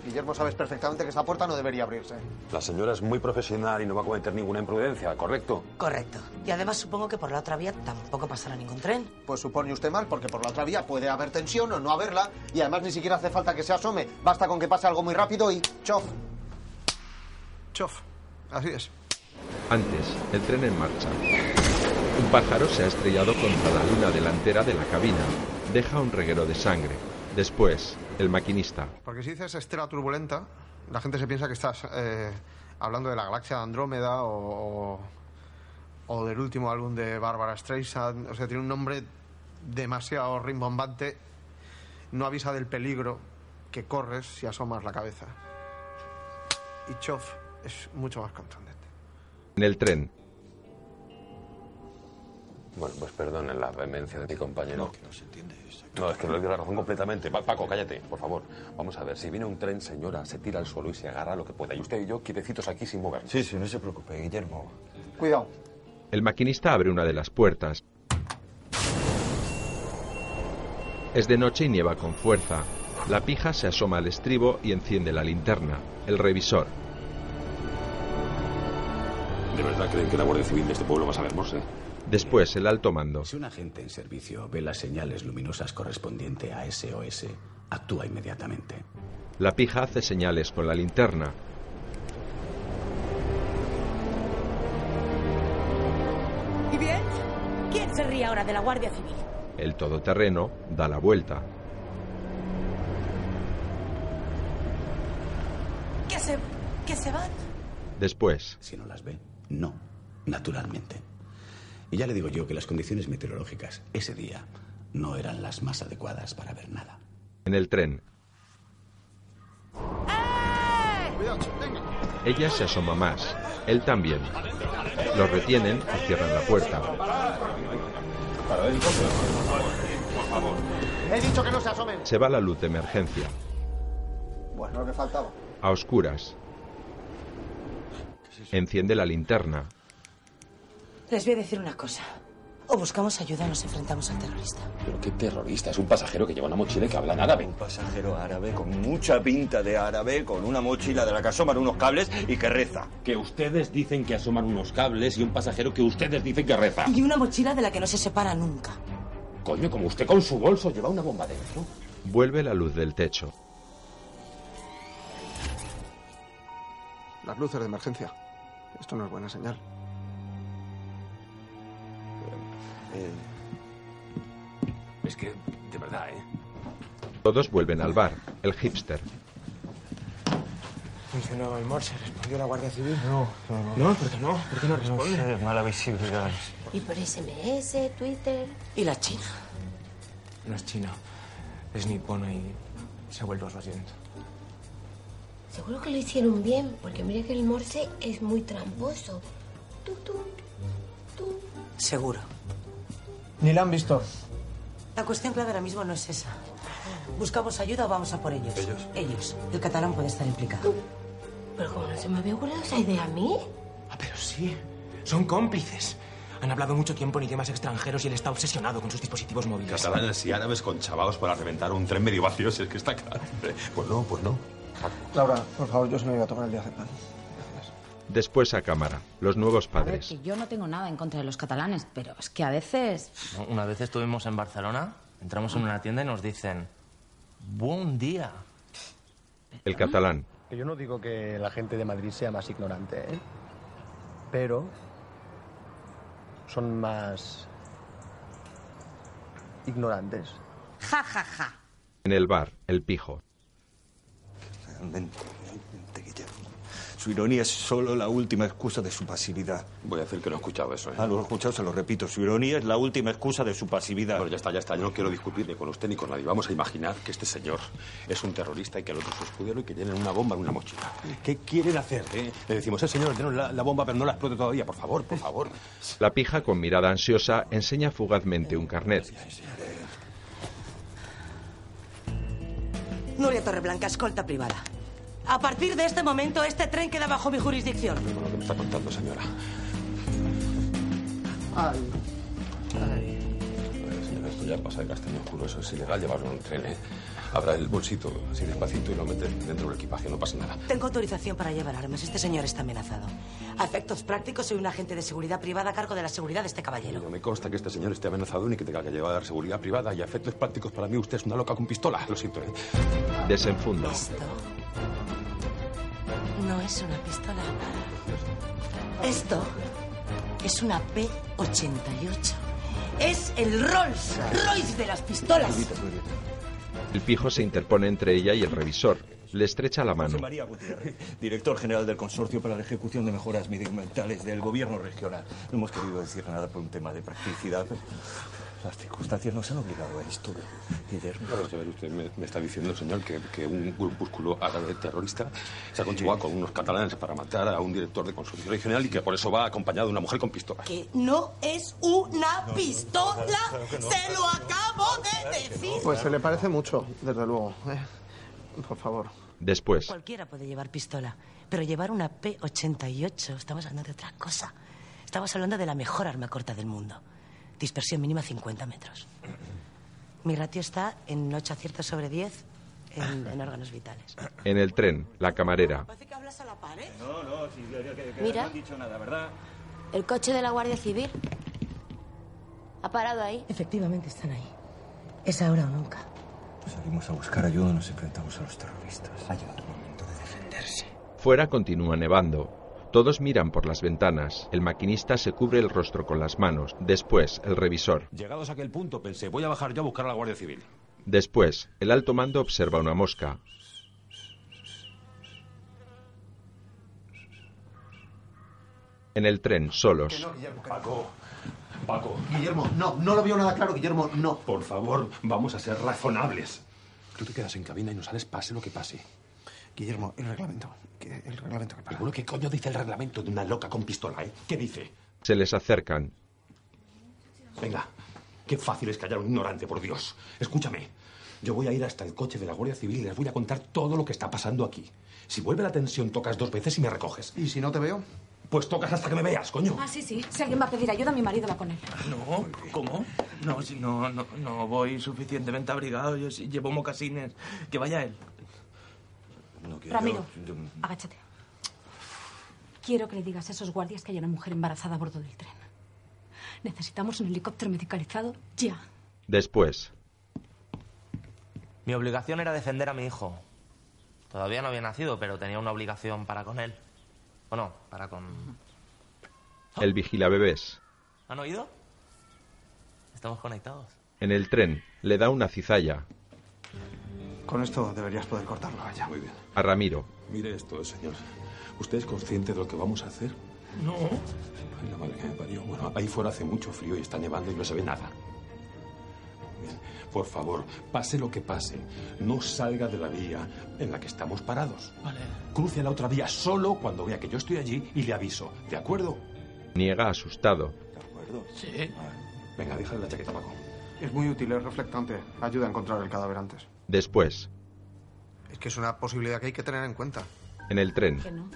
Guillermo, sabes perfectamente que esa puerta no debería abrirse.
La señora es muy profesional y no va a cometer ninguna imprudencia, ¿correcto?
Correcto. Y además supongo que por la otra vía tampoco pasará ningún tren.
Pues supone usted mal, porque por la otra vía puede haber tensión o no haberla, y además ni siquiera hace falta que se asome. Basta con que pase algo muy rápido y chof.
Chof. Así es.
Antes, el tren en marcha. Un pájaro se ha estrellado contra la luna delantera de la cabina. Deja un reguero de sangre. Después, el maquinista.
Porque si dices estela turbulenta, la gente se piensa que estás eh, hablando de la galaxia de Andrómeda o, o- o del último álbum de Bárbara Streisand. O sea, tiene un nombre demasiado rimbombante. No avisa del peligro que corres si asomas la cabeza. Y Chof es mucho más contundente.
En el tren.
Bueno, pues perdonen la vehemencia de mi compañero. No, que no se entiende. No, es que le doy la razón completamente. Pa- Paco, cállate, por favor. Vamos a ver, si viene un tren, señora, se tira al suelo y se agarra lo que pueda. Y usted y yo quietecitos aquí sin movernos. Sí, sí, no se preocupe, Guillermo.
Cuidado.
El maquinista abre una de las puertas. Es de noche y nieva con fuerza. La pija se asoma al estribo y enciende la linterna. El revisor.
¿De verdad creen que la Guardia Civil de este pueblo va a saber morse?
Después, el alto mando.
Si un agente en servicio ve las señales luminosas correspondiente a SOS, actúa inmediatamente.
La pija hace señales con la linterna.
¿Y bien? ¿Quién se ríe ahora de la Guardia Civil?
El todoterreno da la vuelta.
¿Que se, que se van?
Después,
Si no las ve, no, naturalmente. Y ya le digo yo que las condiciones meteorológicas ese día no eran las más adecuadas para ver nada.
en el tren,
Cuidado, Chof, venga.
ella se asoma más. Él también. Los retienen y cierran la puerta.
He dicho que no se asomen.
Se va la luz de emergencia.
Bueno, lo que faltaba.
A oscuras. Enciende la linterna.
Les voy a decir una cosa. O buscamos ayuda o nos enfrentamos al terrorista.
Pero qué terrorista, es un pasajero que lleva una mochila y que habla en árabe.
Un pasajero árabe con mucha pinta de árabe, con una mochila de la que asoman unos cables y que reza.
Que ustedes dicen que asoman unos cables y un pasajero que ustedes dicen que reza.
Y una mochila de la que no se separa nunca.
Coño, como usted con su bolso lleva una bomba dentro.
Vuelve la luz del techo.
Las luces de emergencia. Esto no es buena señal.
Eh. Es que, de verdad, ¿eh?
Todos vuelven al bar. El hipster.
Funcionó el Morse, respondió la Guardia Civil.
No,
no, no. ¿por qué no? ¿Por qué no responde?
mala visibilidad.
Y por SMS, Twitter.
¿Y la China? No es China. Es nipona y se vuelve a su asiento.
Seguro que lo hicieron bien, porque mira que el morse es muy tramposo. Tú, tú, tú.
Seguro.
Ni la han visto.
La cuestión clave ahora mismo no es esa. ¿Buscamos ayuda o vamos a por ellos? Ellos. Ellos. El catalán puede estar implicado.
Pero como no se me había ocurrido esa idea a mí.
Ah, pero
Pues
sí. Son cómplices. Han hablado mucho tiempo en idiomas extranjeros y él está obsesionado con sus dispositivos móviles.
Catalanes y árabes con chavados para reventar un tren medio vacío, si es que está claro. Pues no, pues no.
Laura, por favor, yo se me iba a tomar el día de pan.
Después a cámara. Los nuevos
A ver,
padres.
que yo no tengo nada en contra de los catalanes, pero es que a veces.
No, Una vez estuvimos en Barcelona, entramos en una tienda y nos dicen, buen día.
El catalán.
Que Yo no digo que la gente de Madrid sea más ignorante, ¿eh? Pero son más ignorantes.
Ja, ja, ja.
En el bar. El pijo.
Realmente, realmente, Guillermo. Su ironía es solo la última excusa de su pasividad.
Voy a decir que no he escuchado eso, ¿eh?
Ah, lo he escuchado, se lo repito. Su ironía es la última excusa de su pasividad.
Bueno, ya está, ya está. Yo no quiero discutir ni con usted ni con nadie. Vamos a imaginar que este señor es un terrorista y que el otro es un escudero y que tienen una bomba en una mochila. ¿Qué quieren hacer? eh? Le decimos, eh, señor, tenemos la, la bomba, pero no la explote todavía, por favor, por favor.
La pija, con mirada ansiosa, enseña fugazmente un carnet.
Nuria Torreblanca, escolta privada. A partir de este momento, este tren queda bajo mi jurisdicción.
Con lo que me está contando, señora.
Ay.
Eh, señora, esto ya pasa de castaño oscuro. Eso es ilegal llevarlo en un tren, ¿eh? Abra el bolsito así despacito y lo mete dentro del equipaje, no pasa nada.
Tengo autorización para llevar armas. Este señor está amenazado. A efectos prácticos, soy un agente de seguridad privada a cargo de la seguridad de este caballero.
No me consta que este señor esté amenazado ni que tenga que llevar seguridad privada y a efectos prácticos para mí usted es una loca con pistola. Lo siento, ¿eh?
Desenfunda.
No es una pistola. Esto es una P-88. Es el Rolls Royce de las pistolas.
El pijo se interpone entre ella y el revisor. Le estrecha la mano.
José María Gutiérrez, director general del Consorcio para la Ejecución de Mejoras Medioambientales del Gobierno Regional. No hemos querido decir nada por un tema de practicidad. pero Las circunstancias nos han obligado a esto, Guillermo.
Vamos a ver, usted me, me está diciendo, señor, que, que un grupúsculo árabe terrorista se ha conjugado con unos catalanes para matar a un director de consorcio regional y que por eso va acompañado de una mujer con pistola.
Que no es una pistola. Se lo acabo de decir.
Pues se le parece mucho, desde luego. ¿eh? Por favor.
Después.
Cualquiera puede llevar pistola, pero llevar una P-88, estamos hablando de otra cosa. Estamos hablando de la mejor arma corta del mundo. Dispersión mínima 50 metros. Mi ratio está en 8 aciertos sobre 10 en, en órganos vitales.
En el tren. La camarera.
No, no, sí,
Mira.
no has dicho nada, ¿verdad?
El coche de la Guardia Civil. Ha parado ahí.
Efectivamente están ahí. Es ahora o nunca.
Salimos a buscar ayuda, nos enfrentamos a los terroristas. Ha llegado el momento de defenderse.
Fuera continúa nevando. Todos miran por las ventanas. El maquinista se cubre el rostro con las manos. Después, el revisor.
Llegados a aquel punto, pensé, voy a bajar yo a buscar a la Guardia Civil.
Después, el alto mando observa una mosca. En el tren, solos.
Paco, Paco.
Guillermo, no, no lo veo nada claro, Guillermo, no.
Por favor, vamos a ser razonables. Tú te quedas en cabina y no sales pase lo que pase.
Guillermo, el reglamento. que- el reglamento que pasa.
Bueno, ¿qué coño dice el reglamento de una loca con pistola, eh? ¿Qué dice?
Se les acercan.
Venga, qué fácil es callar a un ignorante, por Dios. Escúchame. Yo voy a ir hasta el coche de la Guardia Civil y les voy a contar todo lo que está pasando aquí. Si vuelve la tensión, tocas dos veces y me recoges.
¿Y si no te veo?
Pues tocas hasta que me veas, coño.
Ah, sí, sí. Si alguien va a pedir ayuda, mi marido va con él.
No, ¿cómo? No, si no, no, no voy suficientemente abrigado. Yo sí llevo mocasines. Que vaya él.
No
Ramiro. Agáchate. Quiero que le digas a esos guardias que hay una mujer embarazada a bordo del tren. Necesitamos un helicóptero medicalizado ya.
Después,
Mi obligación era defender a mi hijo. Todavía no había nacido, pero tenía una obligación para con él. O no, para con...
el vigilabebés.
¿Han oído? Estamos conectados.
En el tren, le da una cizalla
Con esto deberías poder cortarlo, vaya.
Muy bien.
a Ramiro.
Mire esto, señor. ¿Usted es consciente de lo que vamos a hacer?
No.
Ay, la madre que me parió. Bueno, ahí fuera hace mucho frío y está nevando y no se ve nada. Bien, Por favor, pase lo que pase, no salga de la vía en la que estamos parados.
Vale.
Cruce a la otra vía solo cuando vea que yo estoy allí y le aviso. ¿De acuerdo?
Niega asustado.
Sí.
Venga, déjale la chaqueta, Paco.
Es muy útil, es reflectante. Ayuda a encontrar el cadáver antes.
Después,
Es que es una posibilidad que hay que tener en cuenta.
en el tren.
Que no.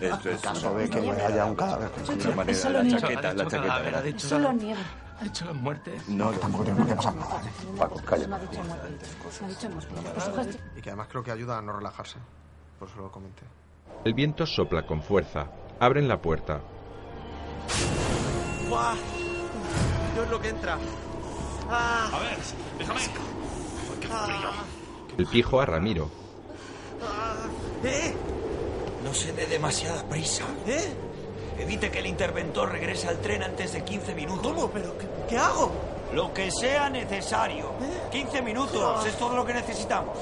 Esto es
En caso de que haya un cadáver.
De alguna manera,
Eso lo
la
niego.
chaqueta,
Ha
la
dicho
chaqueta.
cadáver, ha
era-
dicho-
Solo nieve.
¿Ha hecho las muertes?
No, tampoco tiene por qué pasar nada.
Paco,
Pues
calla.
Me ha dicho muerte. Me ha dicho muerte. Los ojos de-
Y que además creo que ayuda a no relajarse. Por eso lo comenté.
El viento sopla con fuerza. Abren la puerta.
¡Guau! Dios lo que entra.
Ah.
A ver, déjame.
El pijo a Ramiro.
¿Eh? No se dé demasiada prisa. ¿Eh? Evite que el interventor regrese al tren antes de 15 minutos. ¿Cómo? ¿Pero qué, hago? ¿Eh? Lo que sea necesario. 15 minutos es todo lo que necesitamos.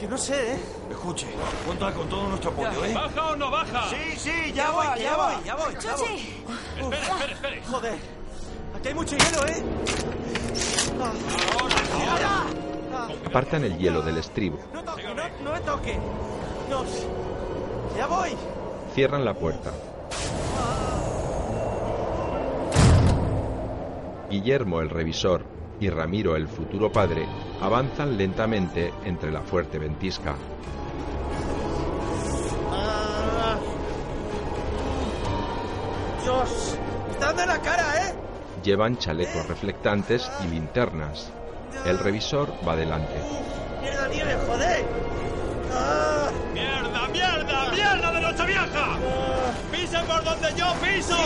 Yo no sé, ¿eh? Escuche, cuenta con todo nuestro apoyo, ¿eh?
¿Baja o no baja?
Sí, sí, ya, voy, ya voy, ya voy, ya voy.
Espere, espere, espere.
Joder, aquí hay mucho hielo, ¿eh? ¡Ahora!
Apartan el hielo del estribo.
¡No toque, no, no me toque! ¡No! ¡Ya voy!
Cierran la puerta. Guillermo el revisor y Ramiro el futuro padre avanzan lentamente entre la fuerte ventisca.
Ah. ¡Dios! ¡Me ¡Está dando en la cara, eh!
Llevan chalecos reflectantes y linternas. El revisor va delante.
¡Mierda, nieve, joder! Ah. ¡Mierda, mierda, mierda de noche vieja! ¡Pisa por donde yo piso!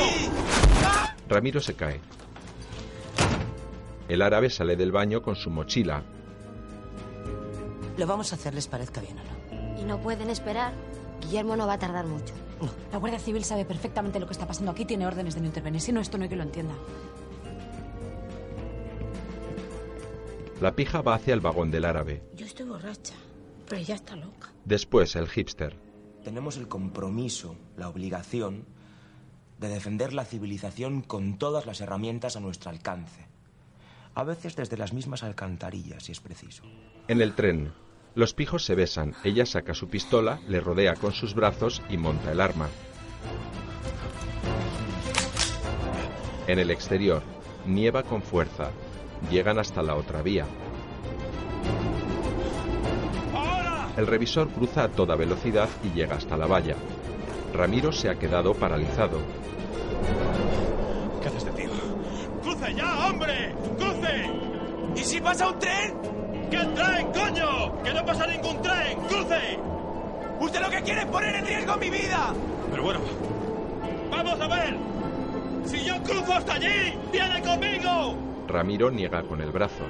Ramiro se cae. El árabe sale del baño con su mochila.
Lo vamos a hacer, les parezca bien o no.
Y no pueden esperar. Guillermo no va a tardar mucho. La Guardia Civil sabe perfectamente lo que está pasando aquí. Tiene órdenes de no intervenir. Si no, esto no hay que lo entienda.
La pija va hacia el vagón del árabe.
Yo estoy borracha, pero ella está loca.
Después el hipster.
Tenemos el compromiso, la obligación de defender la civilización con todas las herramientas a nuestro alcance. A veces desde las mismas alcantarillas, si es preciso.
En el tren. Los pijos se besan. Ella saca su pistola, le rodea con sus brazos y monta el arma. En el exterior. Nieva con fuerza. Llegan hasta la otra vía. El revisor cruza a toda velocidad y llega hasta la valla. Ramiro se ha quedado paralizado.
¿Qué haces de tío? ¡Cruce ya, hombre! ¡Cruce! ¿Y si pasa un tren? ¿Qué tren, coño? ¡Que no pasa ningún tren! ¡Cruce! ¡Usted lo que quiere es poner en riesgo mi vida! Pero bueno... ¡Vamos a ver! ¡Si yo cruzo hasta allí, viene conmigo!
Ramiro niega con el brazo.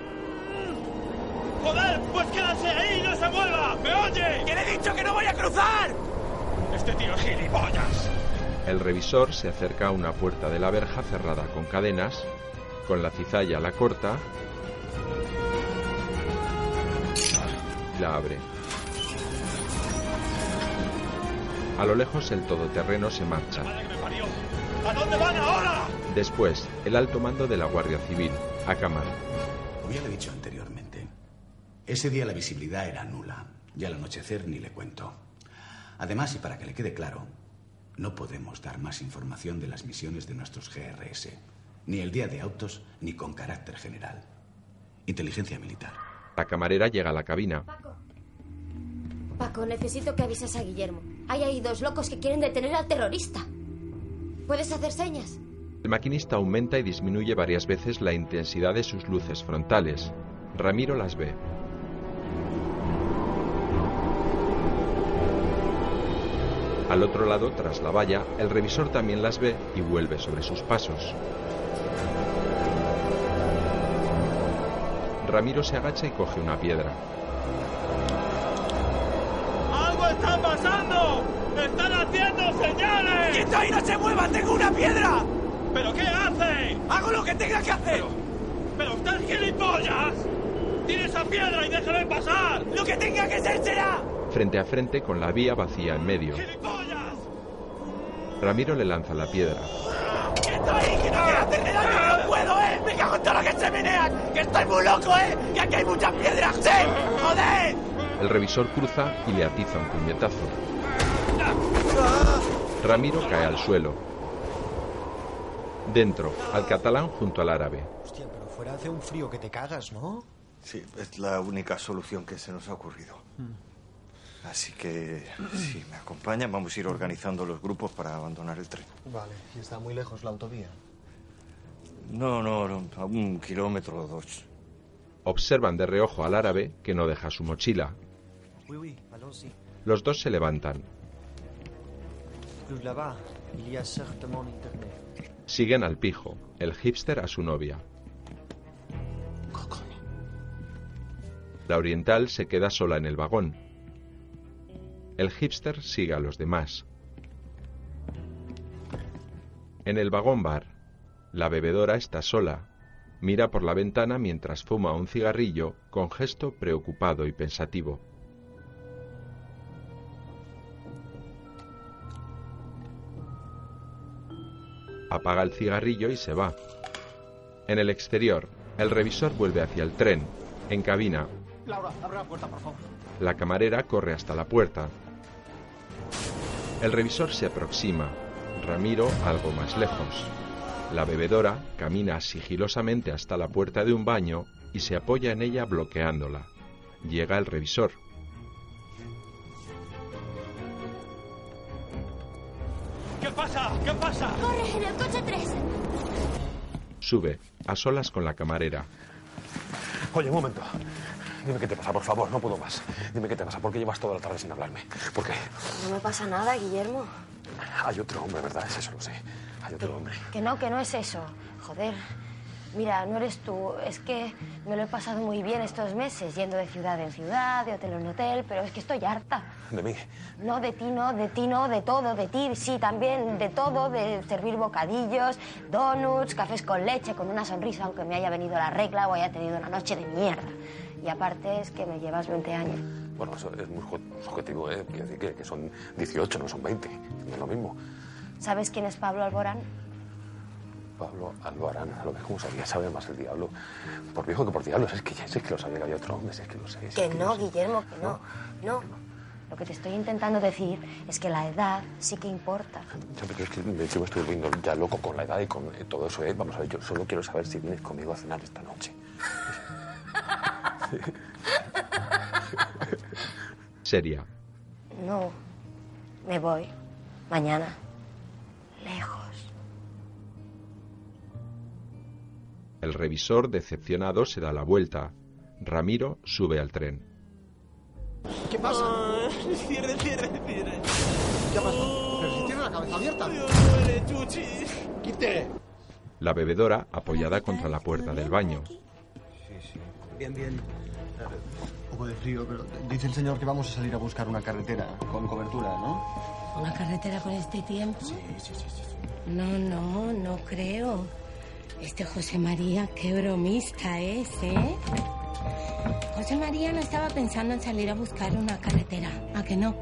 ¡Joder, pues quédase ahí y no se mueva! ¡Me oye! ¡Que le he dicho que no voy a cruzar! Este tío es gilipollas.
El revisor se acerca a una puerta de la verja cerrada con cadenas, con la cizalla la corta, la abre. A lo lejos el todoterreno se marcha.
¿A dónde van ahora?
Después, el alto mando de la Guardia Civil, a cámara.
Como ya le he dicho anteriormente, ese día la visibilidad era nula y al anochecer ni le cuento. Además, y para que le quede claro, no podemos dar más información de las misiones de nuestros GRS, ni el día de autos ni con carácter general. Inteligencia militar.
La camarera llega a la cabina.
Paco, necesito que avises a Guillermo.
Hay ahí dos locos que quieren detener al terrorista. ¿Puedes hacer señas?
El maquinista aumenta y disminuye varias veces la intensidad de sus luces frontales. Ramiro las ve. Al otro lado, tras la valla, el revisor también las ve y vuelve sobre sus pasos. Ramiro se agacha y coge una piedra.
¡Algo está pasando! ¡Están haciendo señales! ¡Quita y no se mueva! ¡Tengo una piedra! ¿Pero qué hace? ¡Hago lo que tenga que hacer! ¡Pero, estás gilipollas! ¡Tira esa piedra y déjame pasar! ¡Lo que tenga que ser será!
Frente a frente con la vía vacía en medio. Ramiro le lanza la piedra.
¡Quieto ahí! ¡Que no quiero hacerle daño! que ¡No puedo, eh! ¡Me cago en todo lo que se menean! ¡Que estoy muy loco, eh! ¡Que aquí hay muchas piedras! ¡Sí! ¡Joder!
El revisor cruza y le atiza un puñetazo. Ramiro cae al suelo. Dentro, al catalán junto al árabe.
Hostia, pero fuera hace un frío que te cagas, ¿no?
Sí, es la única solución que se nos ha ocurrido. Así que, si me acompañan, vamos a ir organizando los grupos para abandonar el tren.
Vale, y está muy lejos la autovía.
No, no, no, a un kilómetro o dos.
Observan de reojo al árabe que no deja su mochila.
Oui, oui, allons-y.
Los dos se levantan.
Plus là-bas, il y a certainement internet.
Siguen al pijo, el hipster a su novia. La oriental se queda sola en el vagón. El hipster sigue a los demás. En el vagón bar, la bebedora está sola. Mira por la ventana mientras fuma un cigarrillo con gesto preocupado y pensativo. Apaga el cigarrillo y se va. En el exterior, el revisor vuelve hacia el tren. En cabina,
Laura, abre la puerta, por favor.
la camarera corre hasta la puerta. El revisor se aproxima, Ramiro algo más lejos. La bebedora camina sigilosamente hasta la puerta de un baño y se apoya en ella bloqueándola. Llega el revisor.
¿Qué pasa? ¿Qué pasa?
¡Corre, en el coche 3!
Sube, a solas con la camarera.
Oye, un momento. Dime qué te pasa, por favor, no puedo más. Dime qué te pasa, ¿por qué llevas toda la tarde sin hablarme? ¿Por qué?
No me pasa nada, Guillermo.
Hay otro hombre, ¿verdad? Es eso, lo sé. Hay otro hombre.
Que no, que no es eso. Joder. Mira, no eres tú. Es que me lo he pasado muy bien estos meses, yendo de ciudad en ciudad, de hotel en hotel, pero es que estoy harta.
De mí.
No, de ti no, de ti no, de todo, de ti sí, también, de todo, de servir bocadillos, donuts, cafés con leche, con una sonrisa, aunque me haya venido la regla o haya tenido una noche de mierda. Y aparte es que me llevas 20 años.
Bueno, eso es muy ju- subjetivo, ¿eh? Quiero decir que, que son 18, no son 20. No es lo mismo.
¿Sabes quién es Pablo Alborán?
Pablo Albarán, a lo mejor como sabía, sabe más el diablo. Por viejo que por diablo, es que ya sé que lo sabía que había otro hombre, si es que lo sé. si
Que
es que
no, Guillermo, que no. No. Lo que te estoy intentando decir es que la edad sí que [LAUGHS] importa.
Ya, pero es que me yo me estoy volviendo ya loco con la edad y con eh, todo eso, ¿eh? Vamos a ver, yo solo quiero saber si vienes conmigo a cenar esta noche.
Seria.
No. Me voy. Mañana. Lejos.
El revisor, decepcionado, se da la vuelta. Ramiro sube al tren.
¿Qué pasa? Ah, [LAUGHS] cierre, cierre, cierre. Oh, ¿Qué pasa? Pero si tiene la cabeza abierta. duele, eh, chuchi. Quite.
La bebedora apoyada contra la puerta del baño.
Bien, bien.
Un poco de frío, pero dice el señor que vamos a salir a buscar una carretera con cobertura, ¿no?
¿Una carretera con este tiempo? No, no, no creo. Este José María, qué bromista es, ¿eh? José María no estaba pensando en salir a buscar una carretera, ¿a que no?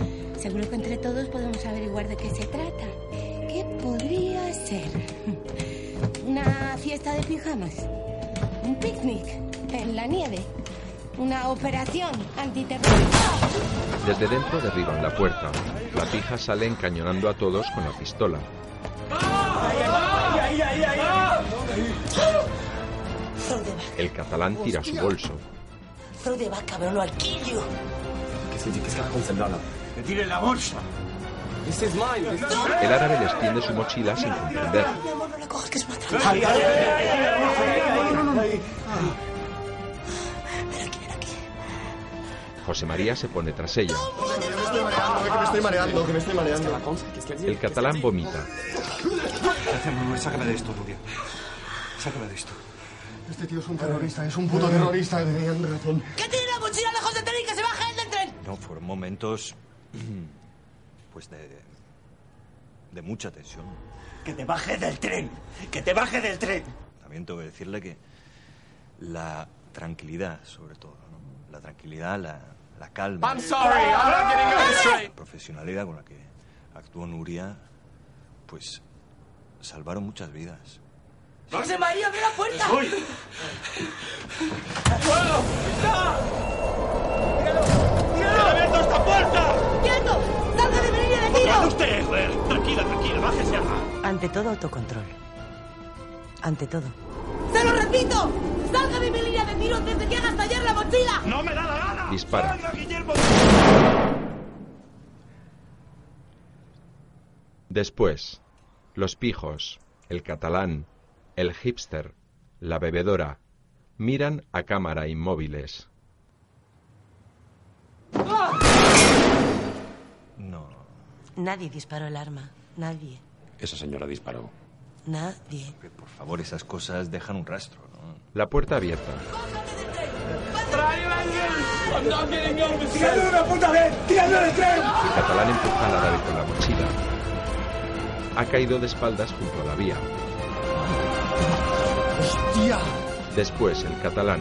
[LAUGHS] Seguro que entre todos podemos averiguar de qué se trata. ¿Qué podría ser? [LAUGHS] ¿Una fiesta de pijamas? ¿Un picnic en la nieve? ¿Una operación antiterrorista?
Desde dentro derriban la puerta. La pija sale encañonando a todos con la pistola.
¡Ay, ay, ay!
¿Dónde va?
El catalán tira su bolso.
¿Dónde va, cabrón? Lo alquillo.
Qu'est-ce que tu dis Qu'est-ce qu'elle raconte, celle-là, là
¡Que tire la bolsa!
This is mine. This is mine.
El árabe les tiende su mochila sin comprender.
que es más
Ahí, ahí, ahí, ahí, ahí, ahí.
José María se pone tras ella.
Que me estoy mareando, que me estoy mareando.
El catalán vomita.
Sácame de esto, Nuria. Sácame de esto.
Este tío es un terrorista, es un puto terrorista, tenían razón.
¡Que tiene la mochila lejos del tren y que se baje el del tren!
No, fueron momentos. [CLEARS THROAT] Pues de. de mucha tensión.
¡Que te baje del tren! ¡Que te baje del tren!
También tengo que decirle que. la tranquilidad, sobre todo, ¿no? La tranquilidad, la, la calma.
I'm sorry, I'm not getting it straight.
La profesionalidad con la que actuó Nuria, pues. salvaron muchas vidas.
¡José María, abre la puerta!
abierto esta puerta!
¡Quieto! ¡Salga de mi línea de tiro!
usted, joder! Tranquila, tranquila, bájese acá.
Ante todo, autocontrol. Ante todo.
¡Se lo repito! ¡Salga de mi línea de tiro antes de que haga estallar la mochila!
¡No me da la gana!
Dispara. Después, los pijos, el catalán, el hipster, la bebedora, miran a cámara inmóviles.
Nadie disparó el arma. Nadie.
Esa señora disparó.
Nadie.
Por favor, esas cosas dejan un rastro, ¿no?
La puerta abierta.
I'm not getting your mistake.
¡Tiradle una puta vez! ¡Tiradle del tren!
El catalán empuja al árabe con la mochila. Ha caído de espaldas junto a la vía. Después, el catalán.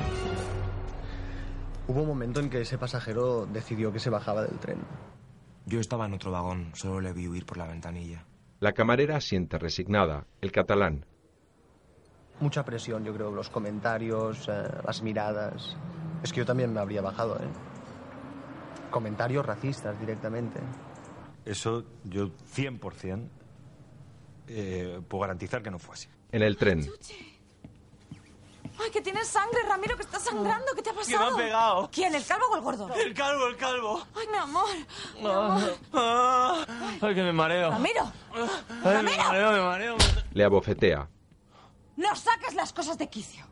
Hubo un momento en que ese pasajero decidió que se bajaba del tren.
Yo estaba en otro vagón, solo le vi huir por la ventanilla.
La camarera asiente resignada. El catalán.
Mucha presión, yo creo, los comentarios, eh, las miradas. Es que yo también me habría bajado, ¿eh? Comentarios racistas directamente.
Eso yo 100% eh, puedo garantizar que no fue así.
En el tren.
Ay, que tienes sangre, Ramiro, que estás sangrando. ¿Qué te ha
Que me
pasado?
han pegado.
¿Quién, el calvo o el gordo?
El calvo, el calvo.
Ay, mi amor. Mi amor.
Ah, Ay, que me mareo.
Ramiro,
Ay, me mareo, me mareo.
Le abofetea.
no saques las cosas de quicio.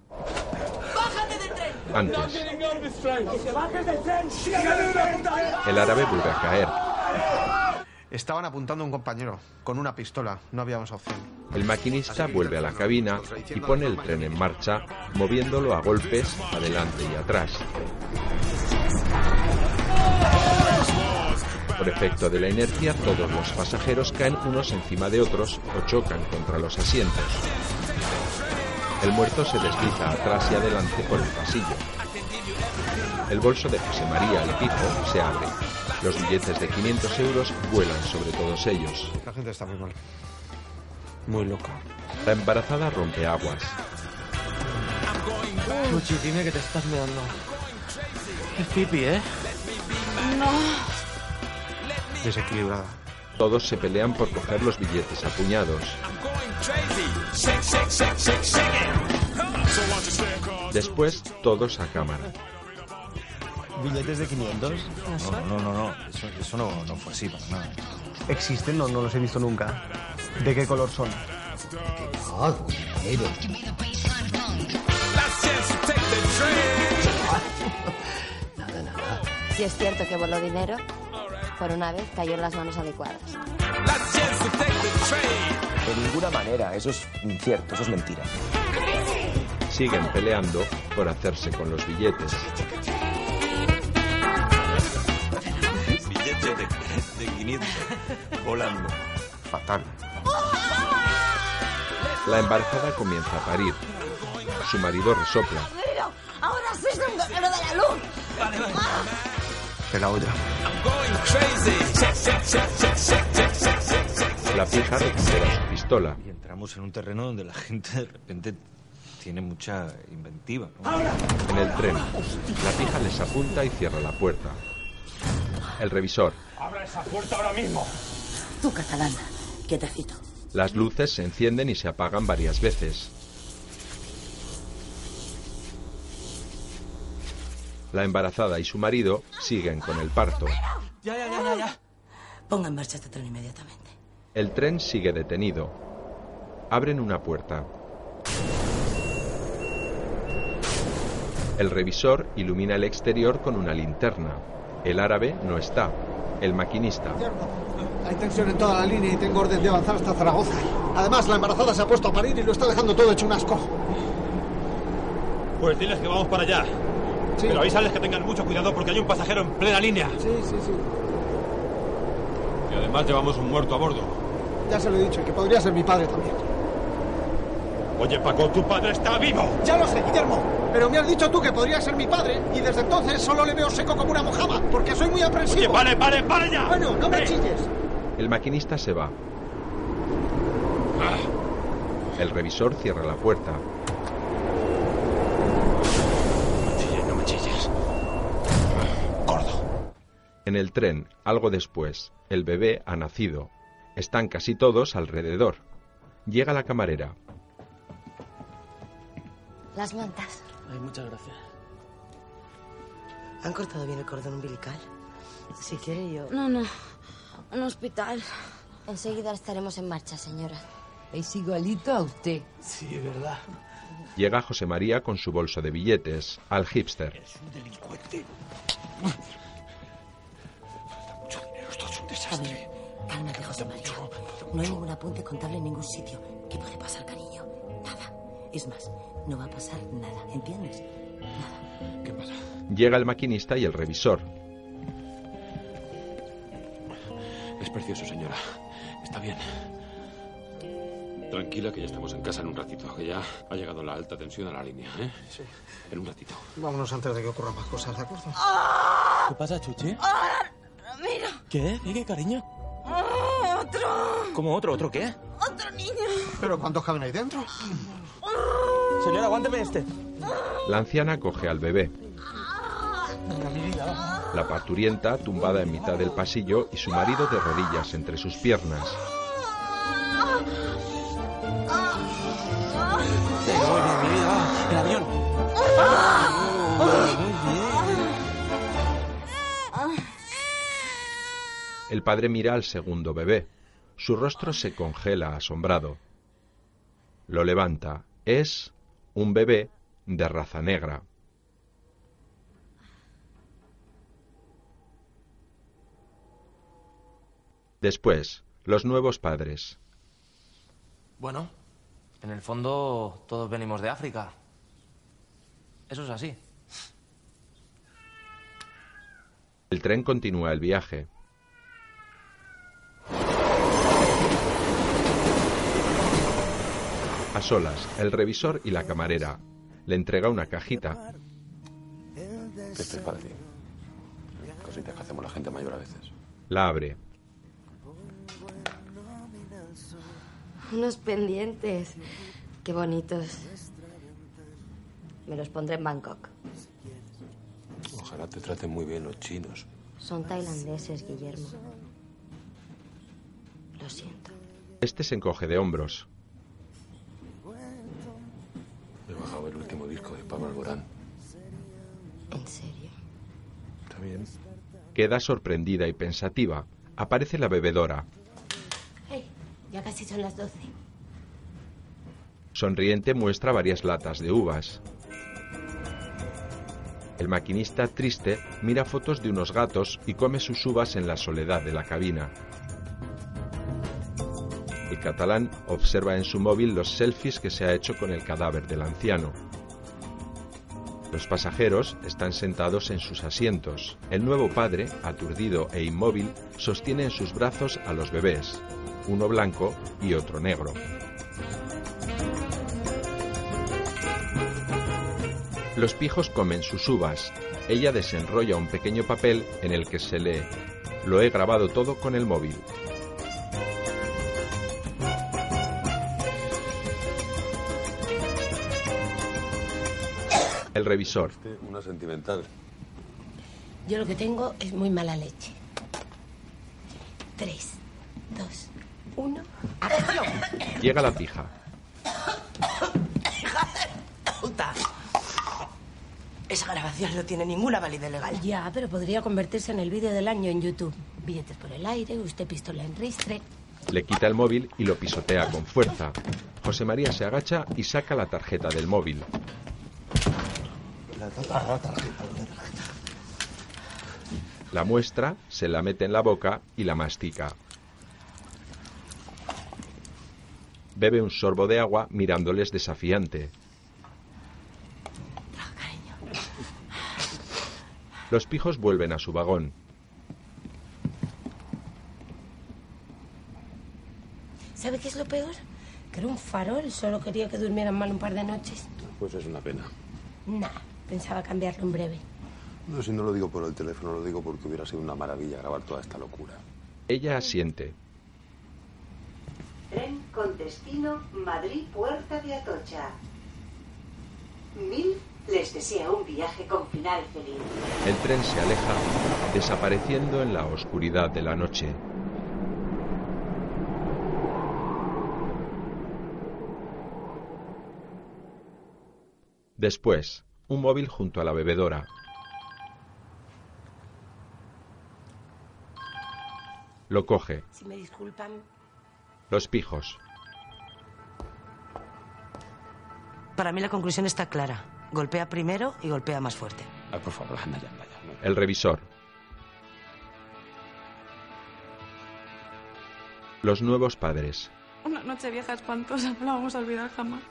¡Bájate del tren!
Antes.
I'm not getting your mistake. ¡Que se baje del tren! ¡Tiradle del tren!
El árabe vuelve a caer.
Estaban apuntando a un compañero con una pistola. No habíamos opción.
El maquinista vuelve a la cabina y pone el tren en marcha, moviéndolo a golpes adelante y atrás. Por efecto de la inercia, todos los pasajeros caen unos encima de otros o chocan contra los asientos. El muerto se desliza atrás y adelante por el pasillo. El bolso de José María el Pijo se abre. Los billetes de 500 euros vuelan sobre todos ellos.
La gente está muy mal.
Muy loca. La embarazada rompe aguas.
Luchi, dime que te estás meando. Es pipi, ¿eh?
No.
Desequilibrada.
Todos se pelean por coger los billetes a puñados. Después, todos a cámara.
¿Billetes de 500?
No, no, no, no. Eso, eso no, no fue así para nada.
Existen, no, no los he visto nunca. ¿De qué color son?
Ah,
Sí es cierto que voló dinero, por una vez cayó en las manos adecuadas.
De ninguna manera, eso es incierto, eso es mentira.
Siguen peleando por hacerse con los billetes.
Billetes de, de 500 volando.
Fatal. La embarazada comienza a parir. Su marido resopla.
Mira, ahora sí es un guerrero de la luz. Ah, Vale, vale.
Se la olla. La pija recupera su pistola.
Y entramos en un terreno donde la gente de repente tiene mucha inventiva. ¿no?
En el tren, la pija les apunta y cierra la puerta. El revisor.
Abra esa puerta ahora mismo.
Tú, catalán, quietecito.
Las luces se encienden y se apagan varias veces. La embarazada y su marido siguen con el parto.
Ya, ya, ya, ya, ya.
Ponga en marcha este tren inmediatamente.
El tren sigue detenido. Abren una puerta. El revisor ilumina el exterior con una linterna. El árabe no está. El maquinista.
Hay tensión en toda la línea y tengo orden de avanzar hasta Zaragoza. Además, la embarazada se ha puesto a parir y lo está dejando todo hecho un asco.
Pues diles que vamos para allá. Pero avísales que tengan mucho cuidado porque hay un pasajero en plena línea.
Sí, sí, sí.
Y además llevamos un muerto a bordo.
Ya se lo he dicho, y que podría ser mi padre también.
Oye, Paco, tu padre está vivo.
Ya lo sé, Guillermo. Pero me has dicho tú que podría ser mi padre y desde entonces solo le veo seco como una mojama porque soy muy aprensivo.
Oye, vale, vale, vale ya.
Bueno, no me
Eh.
chilles.
El maquinista se va. El revisor cierra la puerta.
no me chilles.
En el tren, algo después, el bebé ha nacido. Están casi todos alrededor. Llega la camarera.
Las mantas.
Ay, muchas gracias. ¿Han cortado bien el cordón umbilical? Si quiere yo...
No, no. Un hospital. Enseguida estaremos en marcha, señora.
Es igualito a usted. Sí, verdad.
Llega José María con su bolso de billetes al hipster.
Delincuente.
Esto es un desastre. cálmate, José María. No hay ningún apunte contable en ningún sitio. ¿Qué puede pasar, cariño? Nada. Es más, no va a pasar nada. ¿Entiendes?
Llega el maquinista y el revisor.
Es precioso, señora. Está bien. Tranquila, que ya estamos en casa en un ratito. Que ya ha llegado la alta tensión a la línea, ¿eh? Sí. En un ratito.
Vámonos antes de que ocurran más cosas, ¿de acuerdo?
¿Qué pasa, Chuchi?
Mira,
¿Qué? ¿Qué, qué, cariño?
¡Ah, otro,
¿Cómo otro? ¿Otro qué?
otro niño.
¿Pero cuántos caben ahí dentro?
Señora, aguánteme este.
La anciana coge al bebé.
Venga, mi vida, va.
La parturienta tumbada en mitad del pasillo y su marido de rodillas entre sus piernas.
Venga, muy bien, mi vida, va. El avión.
El padre mira al segundo bebé. Su rostro se congela asombrado. Lo levanta. Es un bebé de raza negra. Después, los nuevos padres.
Bueno, en el fondo todos venimos de África. Eso es así.
El tren continúa el viaje. A solas, el revisor y la camarera. Le entrega una cajita.
Esto Este es para ti. Cositas que hacemos la gente mayor a veces.
La abre.
Unos pendientes. Qué bonitos. Me los pondré en Bangkok.
Ojalá te traten muy bien los chinos.
Son tailandeses, Guillermo. Lo siento.
Este se encoge de hombros.
He bajado el último disco de Pablo Alborán.
¿En serio?
Está bien.
Queda sorprendida y pensativa. Aparece la bebedora.
Hey, ya casi son las 12.
Sonriente muestra varias latas de uvas. El maquinista, triste, mira fotos de unos gatos y come sus uvas en la soledad de la cabina. El catalán observa en su móvil los selfies que se ha hecho con el cadáver del anciano. Los pasajeros están sentados en sus asientos. El nuevo padre, aturdido e inmóvil, sostiene en sus brazos a los bebés, uno blanco y otro negro. Los pijos comen sus uvas. Ella desenrolla un pequeño papel en el que se lee. Lo he grabado todo con el móvil. El revisor.
Una sentimental.
Yo lo que tengo es muy mala leche. Tres, dos,
[LAUGHS]
uno. ¡Acción!
Llega la pija.
¡Hija de puta!
Esa grabación no tiene ninguna validez legal.
Ya, pero podría convertirse en el vídeo del año en YouTube. Billetes por el aire, usted pistola en ristre.
Le quita el móvil y lo pisotea con fuerza. José María se agacha y saca la tarjeta del móvil.
La, tar- ah, la tarjeta.
La muestra, se la mete en la boca y la mastica. Bebe un sorbo de agua mirándoles desafiante. Los pijos vuelven a su vagón.
¿Sabe qué es lo peor? Que era un farol, solo quería que durmieran mal un par de noches.
Pues es una pena.
Nah, pensaba cambiarlo en breve.
No, si no lo digo por el teléfono, lo digo porque hubiera sido una maravilla grabar toda esta locura.
Ella asiente.
Tren con destino Madrid Puerta de Atocha. Mil les desea un viaje con final feliz.
El tren se aleja, desapareciendo en la oscuridad de la noche. Después, un móvil junto a la bebedora. Lo coge.
Si me disculpan,
Los pijos.
Para mí la conclusión está clara. Golpea primero y golpea más fuerte.
Ah, por favor, anda ya, anda ya.
El revisor. Los nuevos padres.
Una noche vieja [LAUGHS] espantosa, no la vamos a olvidar jamás.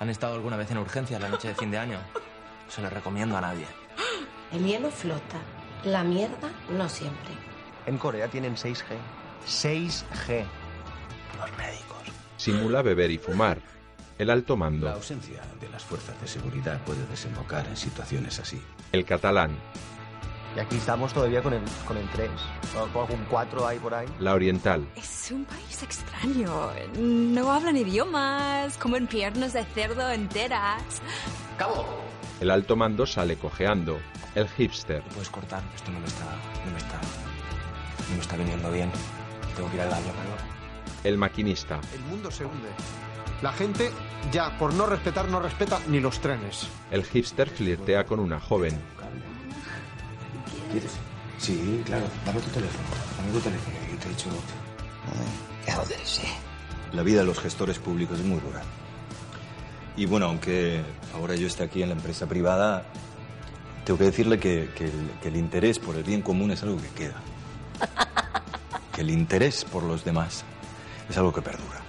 ¿Han estado alguna vez en urgencias la noche de fin de año? Se lo recomiendo a nadie.
el hielo flota. La mierda no siempre.
En Corea tienen 6G. 6G.
Simula beber y fumar. El alto
La
mando.
ausencia de las fuerzas de seguridad puede desembocar en situaciones así.
El catalán.
Y aquí estamos todavía con el, con el 3. O con algún 4 hay por ahí.
La oriental.
Es un país extraño. No hablan idiomas, comen piernas de cerdo enteras.
¡Cabo!
El alto mando sale cojeando. El hipster.
Puedes cortar, esto no me está. no me está. no me está viniendo bien. Tengo que ir al baño, Manolo.
El maquinista.
El mundo se hunde. La gente, ya, por no respetar, no respeta ni los trenes.
El hipster flirtea con una joven.
¿Quieres? Sí, claro. Dame tu teléfono. Dame tu teléfono. Yo te he dicho...
Jódense.
La vida de los gestores públicos es muy dura. Y bueno, aunque ahora yo esté aquí en la empresa privada, tengo que decirle que, que el, que el interés por el bien común es algo que queda. Que el interés por los demás es algo que perdura,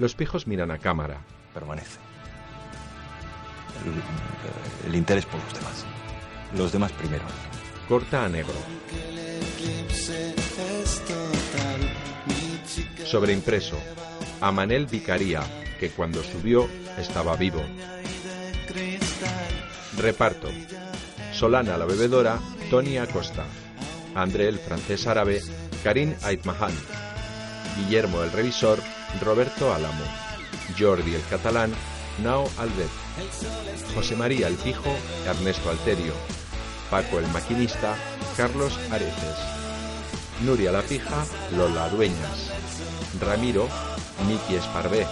Los pijos miran a cámara.
permanece. El, el interés por los demás. Los demás primero.
Corta a negro. Sobreimpreso. A Manel Vicaría, que cuando subió estaba vivo. Reparto. Solana la bebedora, Tony Acosta. André el francés árabe, Karim Aitmahan. Guillermo el revisor, Roberto Álamo. Jordi el catalán, Nao Albert. José María el pijo, Ernesto Alterio. Paco el maquinista, Carlos Areces. Nuria la pija, Lola Dueñas. Ramiro, Miki Esparvé.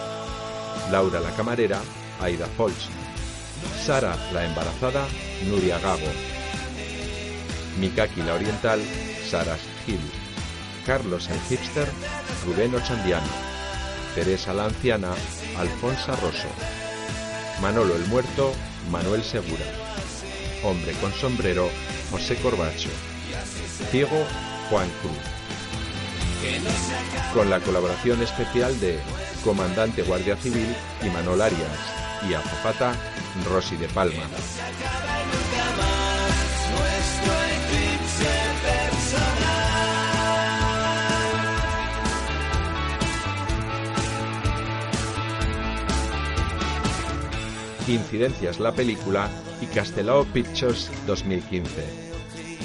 Laura la camarera, Aida Folch. Sara la embarazada, Nuria Gago. Mikaki la oriental, Saras Gil. Carlos el hipster, Rubén Ochandiano. Teresa la anciana, Alfonso Rosso. Manolo el muerto, Manuel Segura. Hombre con sombrero, José Corbacho. Ciego, Juan Cruz. Con la colaboración especial de Comandante Guardia Civil y Manol Arias y Azafata Rosy de Palma.
Nuestro eclipse personal.
Incidencias la película y Castelao Pictures 2015.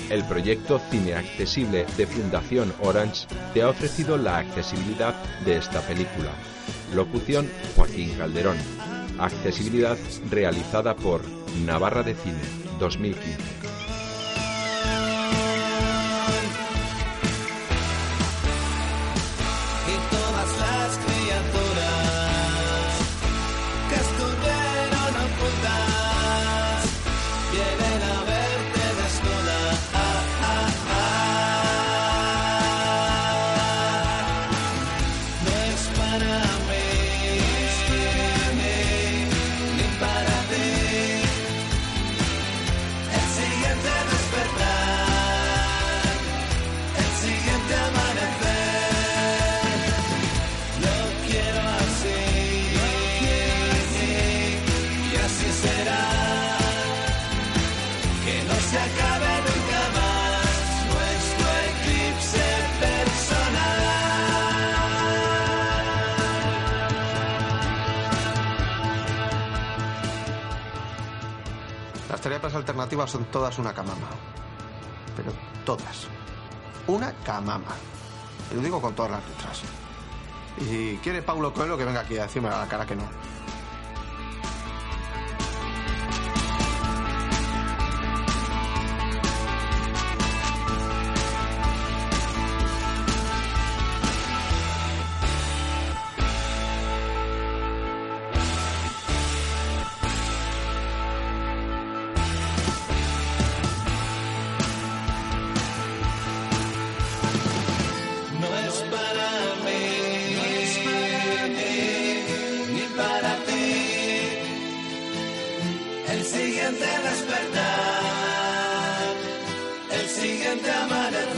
El proyecto Cine Accesible de Fundación Orange te ha ofrecido la accesibilidad de esta película. Locución Joaquín Calderón. Accesibilidad realizada por Navarra de Cine 2015.
y todas las criaturas que estuvieron ocultas vienen a
Las terapias alternativas son todas una camama. Pero todas. Una camama. Y lo digo con todas las letras. Y si quiere Paulo Coelho que venga aquí a decirme a la cara que no.
No es para mí, no es para mí, ni para ti. El siguiente despertar, el siguiente amanecer.